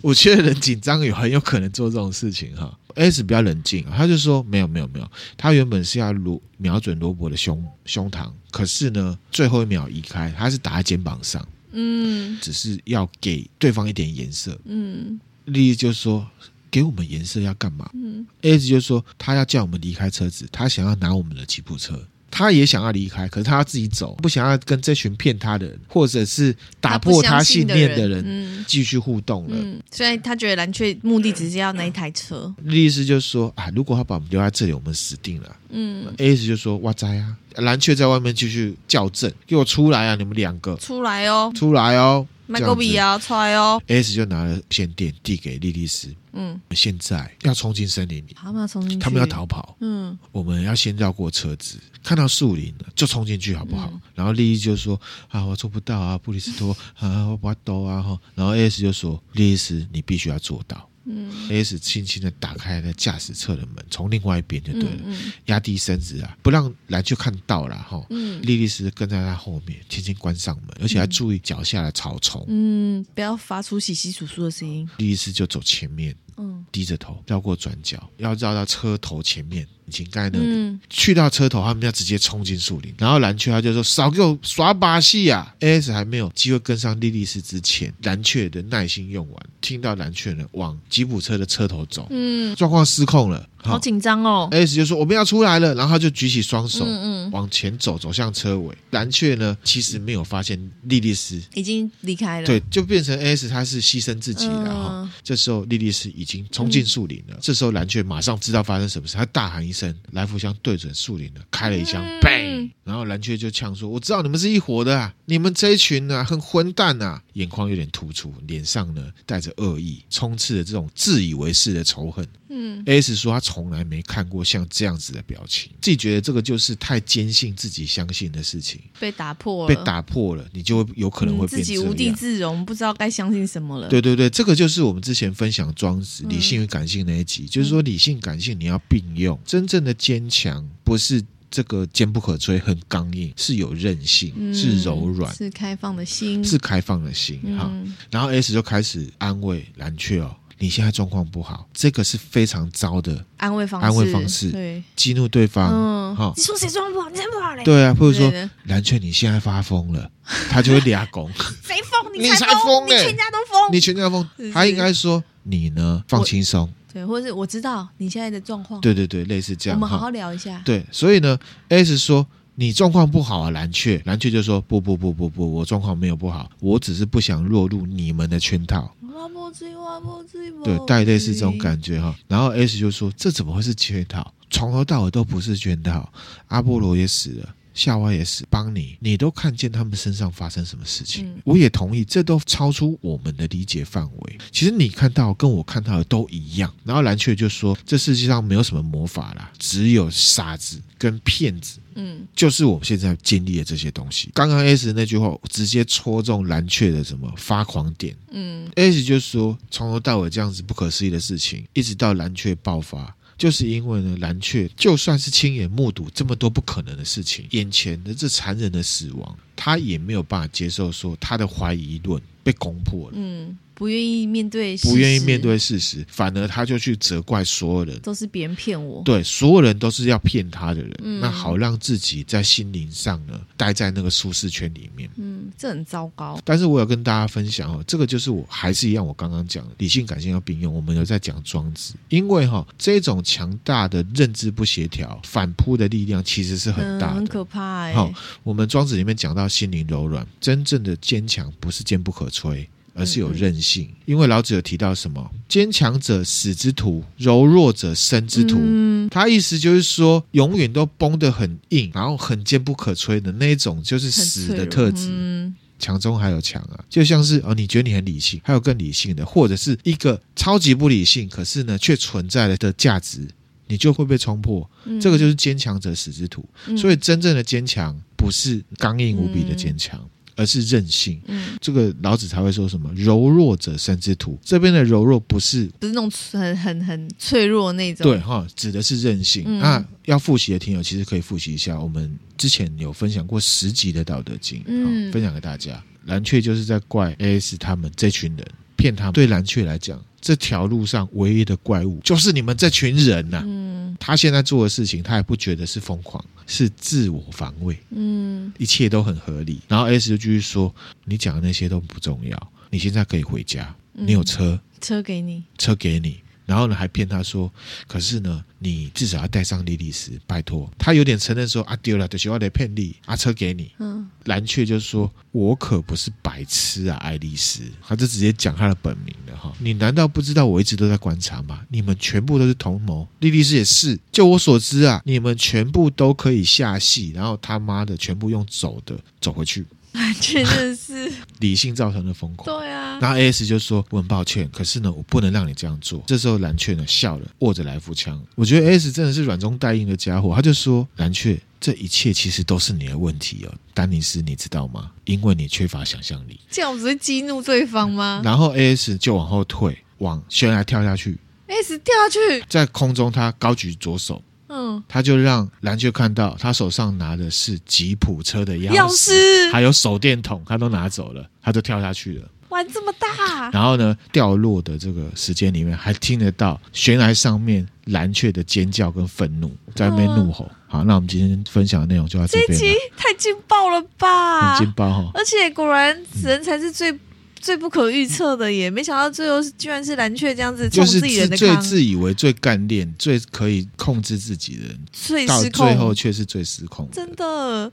Speaker 1: 我觉得人紧张有很有可能做这种事情哈。S 比较冷静，啊他就说没有没有没有，他原本是要罗瞄准罗伯的胸胸膛，可是呢最后一秒移开，他是打在肩膀上，
Speaker 2: 嗯
Speaker 1: 只是要给对方一点颜色。
Speaker 2: 嗯
Speaker 1: 莉莉就说给我们颜色要干嘛？
Speaker 2: 嗯，
Speaker 1: S 就说他要叫我们离开车子，他想要拿我们的吉普车。他也想要离开，可是他要自己走，不想要跟这群骗他的人，或者是打
Speaker 2: 不
Speaker 1: 破
Speaker 2: 相
Speaker 1: 他
Speaker 2: 信
Speaker 1: 信
Speaker 2: 的
Speaker 1: 念的人
Speaker 2: 人
Speaker 1: 呃
Speaker 2: 嗯
Speaker 1: 继续互动了。
Speaker 2: 嗯，所以他觉得蓝雀目的只是要那一台车。
Speaker 1: 莉莉丝就说：“啊，如果他把我们留在这里，我们死定了。
Speaker 2: 嗯，
Speaker 1: ”S 就说：“哇塞啊！”蓝雀在外面继续校正：“给我出来啊，你们两个
Speaker 2: 出来哦，
Speaker 1: 出来哦！”
Speaker 2: 麦
Speaker 1: 这
Speaker 2: 克
Speaker 1: 样子
Speaker 2: 比啊，出来哦。
Speaker 1: S 就拿了线电递给莉莉丝，
Speaker 2: 嗯，
Speaker 1: 现在要冲进森林里，
Speaker 2: 他们要冲进去，
Speaker 1: 他们要。逃跑，
Speaker 2: 嗯，
Speaker 1: 我们要先绕过车子，看到树林了就冲进去，好不
Speaker 2: 嗯
Speaker 1: 好？然后莉莉就说：“啊，我做不到啊，布里斯托啊，我不要抖啊！”哈，然后 S 就说：“莉莉丝，你必须要做到。”
Speaker 2: 嗯
Speaker 1: S 轻轻的打开了驾驶侧的门，从另外一边就对了。
Speaker 2: 嗯嗯
Speaker 1: 压低身子啊，不让蓝雀看到了哈。
Speaker 2: 嗯
Speaker 1: 莉莉丝跟在他后面，轻轻关上门，而且还注意脚下的草丛。
Speaker 2: 嗯，不要发出洗洗簌簌的声音。
Speaker 1: 莉莉丝就走前面，
Speaker 2: 嗯
Speaker 1: 低着头绕过转角，要绕到车头前面，引擎盖那里。
Speaker 2: 嗯，
Speaker 1: 去到车头，他们要直接冲进树林。然后蓝雀他就说：“少给我耍把戏啊！”AS 还没有机会跟上莉莉丝之前，蓝雀的耐心用完，听到蓝雀呢往吉普车的车头走，
Speaker 2: 嗯，
Speaker 1: 状况失控了。
Speaker 2: 好紧张哦。
Speaker 1: ，AS 就说：“我们要出来了。”然后他就举起双哎手，
Speaker 2: 嗯嗯，
Speaker 1: 往前走，走向车尾。蓝雀呢，其实没有发现莉莉丝，
Speaker 2: 已经离开了。
Speaker 1: 对，就变成 S 他是牺牲自己了哈、
Speaker 2: 嗯
Speaker 1: 这时候莉莉丝已经冲进树林了。这时候蓝雀马上知道发生什么事，他大喊一声，来福枪对准树林了，开了一枪、
Speaker 2: 嗯
Speaker 1: b a n g 然后蓝雀就呛说：“我知道你们是一伙的、啊，你们这一群啊，很混蛋啊！”眼眶有点突出，脸上呢带着恶意，充斥着这种自以为是的仇恨。
Speaker 2: 嗯
Speaker 1: S 说他从来没看过像这样子的表情，自己觉得这个就是太坚信自己相信的事情，
Speaker 2: 被打破
Speaker 1: 被
Speaker 2: 了，
Speaker 1: 打破了，你就会有可能会
Speaker 2: 嗯
Speaker 1: 变这
Speaker 2: 自己无地
Speaker 1: 样。
Speaker 2: 自容，不知道该相信什么了。
Speaker 1: 对对对，这个就是我们之前分享庄子
Speaker 2: 嗯
Speaker 1: 理性与感性那一集，就是说理性感性你要并用，真正的坚强不是这个坚不可摧、很刚硬，是有韧性，
Speaker 2: 嗯，
Speaker 1: 是柔软，
Speaker 2: 是开放的心，
Speaker 1: 是开放的心哈。
Speaker 2: 嗯
Speaker 1: 然后 S 就开始安慰蓝雀哦，你现在状况不好，这个是非常糟的，
Speaker 2: 安慰方式，
Speaker 1: 安慰方式
Speaker 2: 对，
Speaker 1: 激怒对方。
Speaker 2: 嗯
Speaker 1: 好
Speaker 2: 你说谁装不好？你才不好嘞！
Speaker 1: 对啊，或者说
Speaker 2: 之类的
Speaker 1: 蓝雀，你现在发疯了，他就会俩拱，
Speaker 2: 谁疯？
Speaker 1: 你才
Speaker 2: 才
Speaker 1: 疯
Speaker 2: 疯，
Speaker 1: 嘞
Speaker 2: 全家都疯。
Speaker 1: 你全家疯
Speaker 2: 是。
Speaker 1: 他应该说你呢，放
Speaker 2: 我
Speaker 1: 轻松，
Speaker 2: 对，或者是我知道你现在的状况，
Speaker 1: 对对对，类似这
Speaker 2: 哦我
Speaker 1: 样
Speaker 2: 们好
Speaker 1: 哈。
Speaker 2: 好聊一下。
Speaker 1: 对，所以呢，S 说你状况不好啊，蓝雀，蓝雀就说不不不不不，我状况没有不好，我只是不想落入你们的圈套，
Speaker 2: 我不醉，我不醉，我不
Speaker 1: 对
Speaker 2: 醉，
Speaker 1: 带类似这种感觉哈。然后 S 就说这怎么会是圈套？从头到尾都不是圈套，阿波罗也死了。夏娃也死，邦尼，你都看见他们身上发生什么事情？
Speaker 2: 嗯
Speaker 1: 我也同意，这都超出我们的理解范围。其实你看到跟我看到的都一样。然后蓝雀就说：“这世界上没有什么魔法啦，只有傻子跟骗子
Speaker 2: 嗯，
Speaker 1: 就是我们现在经历的这些东西。刚刚 S 那句话直接戳中蓝雀的什么发狂点。
Speaker 2: 嗯
Speaker 1: S 就说从头到尾这样子不可思议的事情，一直到蓝雀爆发，就是因为呢，蓝雀就算是亲眼目睹这么多不可能的事情，眼前的这残忍的死亡，他也没有办法接受说他的怀疑论被攻破了，
Speaker 2: 嗯，不愿意面对，
Speaker 1: 不愿意面，对事实，反而他就去责怪所有人。
Speaker 2: 都是别人骗我。
Speaker 1: 对，所有人都是要骗他的人，
Speaker 2: 嗯
Speaker 1: 那好让自己在心灵上呢待在那个舒适圈里面。
Speaker 2: 嗯，这很糟糕。
Speaker 1: 但是我有跟大家分享哦，这个就是我还是一样，我刚刚讲的理性感性要并用，我们有在讲庄子，因为哈、这种强大的认知不协调反扑的力量其实是很大的。
Speaker 2: 嗯、很可怕哎、
Speaker 1: 好我们庄子里面讲到心灵柔软，真正的坚强不是坚不可摧。而是有韧性，
Speaker 2: 嗯
Speaker 1: 因为老子有提到什么？坚强者死之徒，柔弱者生之徒。
Speaker 2: 嗯，
Speaker 1: 他意思就是说，永远都绷得很硬，然后很坚不可摧的那一种，就是
Speaker 2: 很
Speaker 1: 死
Speaker 2: 脆
Speaker 1: 的
Speaker 2: 弱
Speaker 1: 特质。
Speaker 2: 嗯
Speaker 1: 强中还有强啊，就像是哦，你觉得你很理性，还有更理性的，或者是一个超级不理性，可是呢却存在了的价值，你就会被冲破。
Speaker 2: 嗯
Speaker 1: 这个就是坚强者死之徒。
Speaker 2: 嗯
Speaker 1: 所以真正的坚强不是刚硬无比的坚强，而是韧性。
Speaker 2: 嗯，
Speaker 1: 这个老子才会说什么“柔弱者生之徒”。这边的柔弱不是
Speaker 2: 不是那种很很很脆弱那种。
Speaker 1: 对哈，指的是韧性。
Speaker 2: 嗯
Speaker 1: 那要复习的听友其实可以复习一下，我们之前有分享过十集的《道德经》
Speaker 2: 嗯
Speaker 1: 好分享给大家。蓝雀就是在怪 AS 他们这群人骗他们。对蓝雀来讲，这条路上唯一的怪物就是你们这群人呐、
Speaker 2: 嗯
Speaker 1: 他现在做的事情，他也不觉得是疯狂，是自我防卫，
Speaker 2: 嗯
Speaker 1: 一切都很合理。然后 S 就继续说：“你讲的那些都不重要，你现在可以回家，
Speaker 2: 嗯
Speaker 1: 你有车，
Speaker 2: 车给你，
Speaker 1: 车给你。然后呢，还骗他说，可是呢，你至少要带上莉莉丝，拜托。他有点承认说啊，丢了，对学校得骗你，啊，车给你。
Speaker 2: 嗯
Speaker 1: 蓝雀就说，我可不是白痴啊，爱丽丝。他就直接讲他的本名了哈。你难道不知道我一直都在观察吗？你们全部都是同谋，莉莉丝也是。就我所知啊，你们全部都可以下戏，然后他妈的全部用走的走回去，
Speaker 2: 完全真 的是
Speaker 1: 理性造成的疯狂。
Speaker 2: 对啊，
Speaker 1: 然后 AS 就说：“我很抱歉，可是呢，我不能让你这样做。”这时候蓝雀呢笑了，握着来福枪。我觉得 AS 真的是软中带硬的家伙，他就说：“蓝雀，这一切其实都是你的问题哦，丹尼斯，你知道吗？因为你缺乏想象力。
Speaker 2: 这样我只会激怒对方吗
Speaker 1: 然后 AS 就往后退，往悬崖跳下去，
Speaker 2: ？S 哎掉下去，
Speaker 1: 在空中他高举左手，
Speaker 2: 嗯，
Speaker 1: 他就让蓝雀看到他手上拿的是吉普车的钥
Speaker 2: 钥匙
Speaker 1: 还有手电筒，他都拿走了，他就跳下去了。
Speaker 2: 玩这么大，
Speaker 1: 然后呢，掉落的这个时间里面，还听得到悬崖上面蓝雀的尖叫跟愤怒，在那边怒吼。好，那我们今天分享的内容就到这
Speaker 2: 嗯这一
Speaker 1: 边
Speaker 2: 集啊
Speaker 1: 了，
Speaker 2: 太劲爆了吧
Speaker 1: 很！劲爆哈、
Speaker 2: 而且果然人才是最最不可预测的耶，没想到最后居然是蓝雀这样子冲
Speaker 1: 就是
Speaker 2: 自己人
Speaker 1: 自
Speaker 2: 的
Speaker 1: 最
Speaker 2: 康，
Speaker 1: 自以为最干练、最可以控制自己的人，
Speaker 2: 最
Speaker 1: 到
Speaker 2: 失
Speaker 1: 最后
Speaker 2: 控。
Speaker 1: 却是最失控的。
Speaker 2: 真的，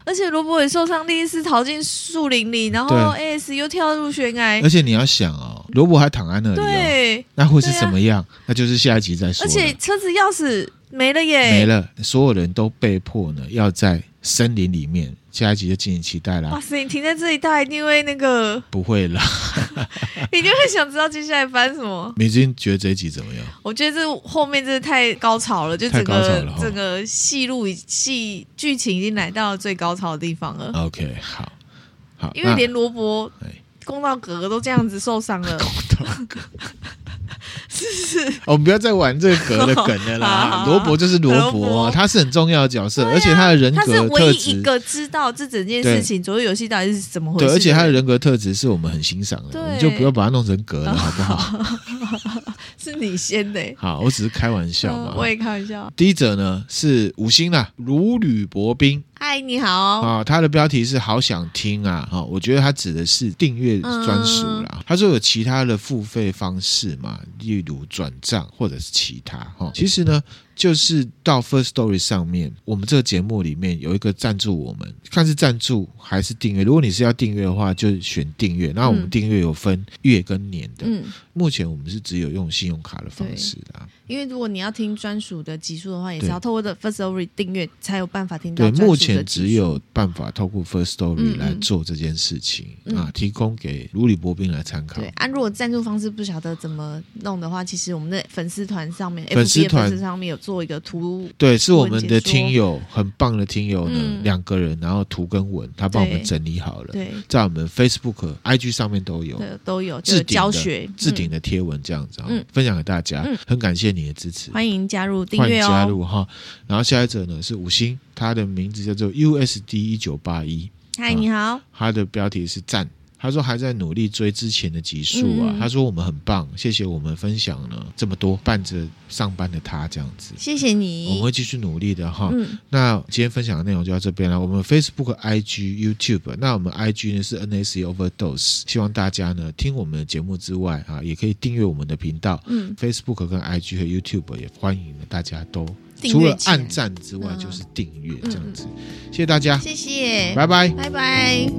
Speaker 2: 而且罗伯也受伤，第一次逃进树林里，然后
Speaker 1: 对哎
Speaker 2: AS 又跳入悬崖
Speaker 1: 而，且你要想哦，罗伯还躺在那里哦，
Speaker 2: 对，
Speaker 1: 那会是怎么样？那就是下一集再说
Speaker 2: 而
Speaker 1: 了。
Speaker 2: 且车子钥匙没了耶，
Speaker 1: 没了，所有人都被迫呢要在森林里面，下一集就敬请期待
Speaker 2: 哇
Speaker 1: 啦。
Speaker 2: 塞！你停在这里，大家一定会那 个，
Speaker 1: 不会啦，
Speaker 2: 一定会想知道接下来发生什么。
Speaker 1: 美君觉得这一集怎么样？
Speaker 2: 我觉得这后面真的太高潮了，就
Speaker 1: 太
Speaker 2: 整
Speaker 1: 高潮
Speaker 2: 个
Speaker 1: 了哈
Speaker 2: 整个戏路已戏剧情已经来到了最高潮的地方了。
Speaker 1: OK，好，好，
Speaker 2: 因为连罗伯
Speaker 1: 啊哎
Speaker 2: 公道哥哥都这样子受伤了，
Speaker 1: 那我哦们不要再玩这个格的梗了啦
Speaker 2: 好 好。好
Speaker 1: 罗伯就是罗伯
Speaker 2: 罗
Speaker 1: 啊，
Speaker 2: 伯
Speaker 1: 他是很重要的角色，
Speaker 2: 对啊
Speaker 1: 而且他的 人
Speaker 2: 他是
Speaker 1: 格特
Speaker 2: 唯一一
Speaker 1: 质，
Speaker 2: 个知道这整件
Speaker 1: 对
Speaker 2: 事情左右游戏到底是怎么回事
Speaker 1: 对，
Speaker 2: 的。
Speaker 1: 而且他的人格特质是我们很欣赏的，
Speaker 2: 对
Speaker 1: 我们就不要把它弄成 格了，好不好？
Speaker 2: 是你先的、
Speaker 1: 好，我只是开玩笑
Speaker 2: 嗯
Speaker 1: 嘛
Speaker 2: 我。也开玩笑。
Speaker 1: 第一者呢是五星啦，如履薄冰
Speaker 2: 嗨，你好，
Speaker 1: 啊，他的标题是好想听啊，哈，我觉得他指的是订阅专属
Speaker 2: 嗯
Speaker 1: 啦。他说有其他的付费方式嘛，例如转账或者是其他哈。其实呢，就是到 First Story 上面，我们这个节目里面有一个赞助我们，看是赞助还是订阅。如果你是要订阅的话，就选订阅。那我们
Speaker 2: 嗯
Speaker 1: 订阅有分月跟年的，
Speaker 2: 嗯，
Speaker 1: 目前我们是只有用信用卡的方式啦。
Speaker 2: 因为如果你要听专属的集数的话，也是
Speaker 1: 对
Speaker 2: 要透过的 First Story 订阅才有办法听到
Speaker 1: 对，
Speaker 2: 专属的
Speaker 1: 目前
Speaker 2: 集数
Speaker 1: 只有办法透过 First
Speaker 2: 嗯
Speaker 1: Story
Speaker 2: 嗯
Speaker 1: 来做这件事情、
Speaker 2: 嗯
Speaker 1: 啊，提供给如履薄冰来参考
Speaker 2: 对。啊，如果赞助方式不晓得怎么弄的话，其实我们的粉丝团上面，
Speaker 1: 粉丝
Speaker 2: FB 的
Speaker 1: 团
Speaker 2: 粉丝上面有做一个图，
Speaker 1: 对，是我们
Speaker 2: 文
Speaker 1: 的
Speaker 2: 解说
Speaker 1: 听友，很棒的听友呢，
Speaker 2: 嗯
Speaker 1: 两、个人，然后图跟文，他帮我们
Speaker 2: 对
Speaker 1: 整理好了，
Speaker 2: 对
Speaker 1: 在我们 Facebook、IG 上面都有
Speaker 2: 对，都有
Speaker 1: 哦置
Speaker 2: 就有
Speaker 1: 顶的
Speaker 2: 教学
Speaker 1: 置、
Speaker 2: 嗯
Speaker 1: 顶的贴文这样子、啊
Speaker 2: 嗯
Speaker 1: 分享给大家、
Speaker 2: 嗯
Speaker 1: 很感谢你的支持，
Speaker 2: 欢迎加入订
Speaker 1: 欢迎
Speaker 2: 阅
Speaker 1: 加
Speaker 2: 哦。
Speaker 1: 入哈。然后下一者呢是五星，他的名字叫做 USD 一九八一，
Speaker 2: 嗨，你好，
Speaker 1: 他的标题是赞。他说还在努力追之前的集数啊。
Speaker 2: 嗯
Speaker 1: 他说我们很棒，谢谢我们分享了这么多伴着上班的他这样子，
Speaker 2: 谢谢
Speaker 1: 我们
Speaker 2: 你。
Speaker 1: 嗯会继续努力的哈。
Speaker 2: 嗯，
Speaker 1: 那今天分享的内容就到这边了。我们 Facebook、IG、YouTube，那我们 IG 呢是 NAC Overdose，希望大家呢听我们的节目之外啊，也可以订阅我们的频道。
Speaker 2: 嗯
Speaker 1: Facebook 跟 IG 和 YouTube 也欢迎大家都
Speaker 2: 订阅
Speaker 1: 除了
Speaker 2: 起来
Speaker 1: 按赞之外，
Speaker 2: 嗯
Speaker 1: 就是订阅这样子。谢谢大家，
Speaker 2: 谢谢，
Speaker 1: 拜拜。
Speaker 2: 拜拜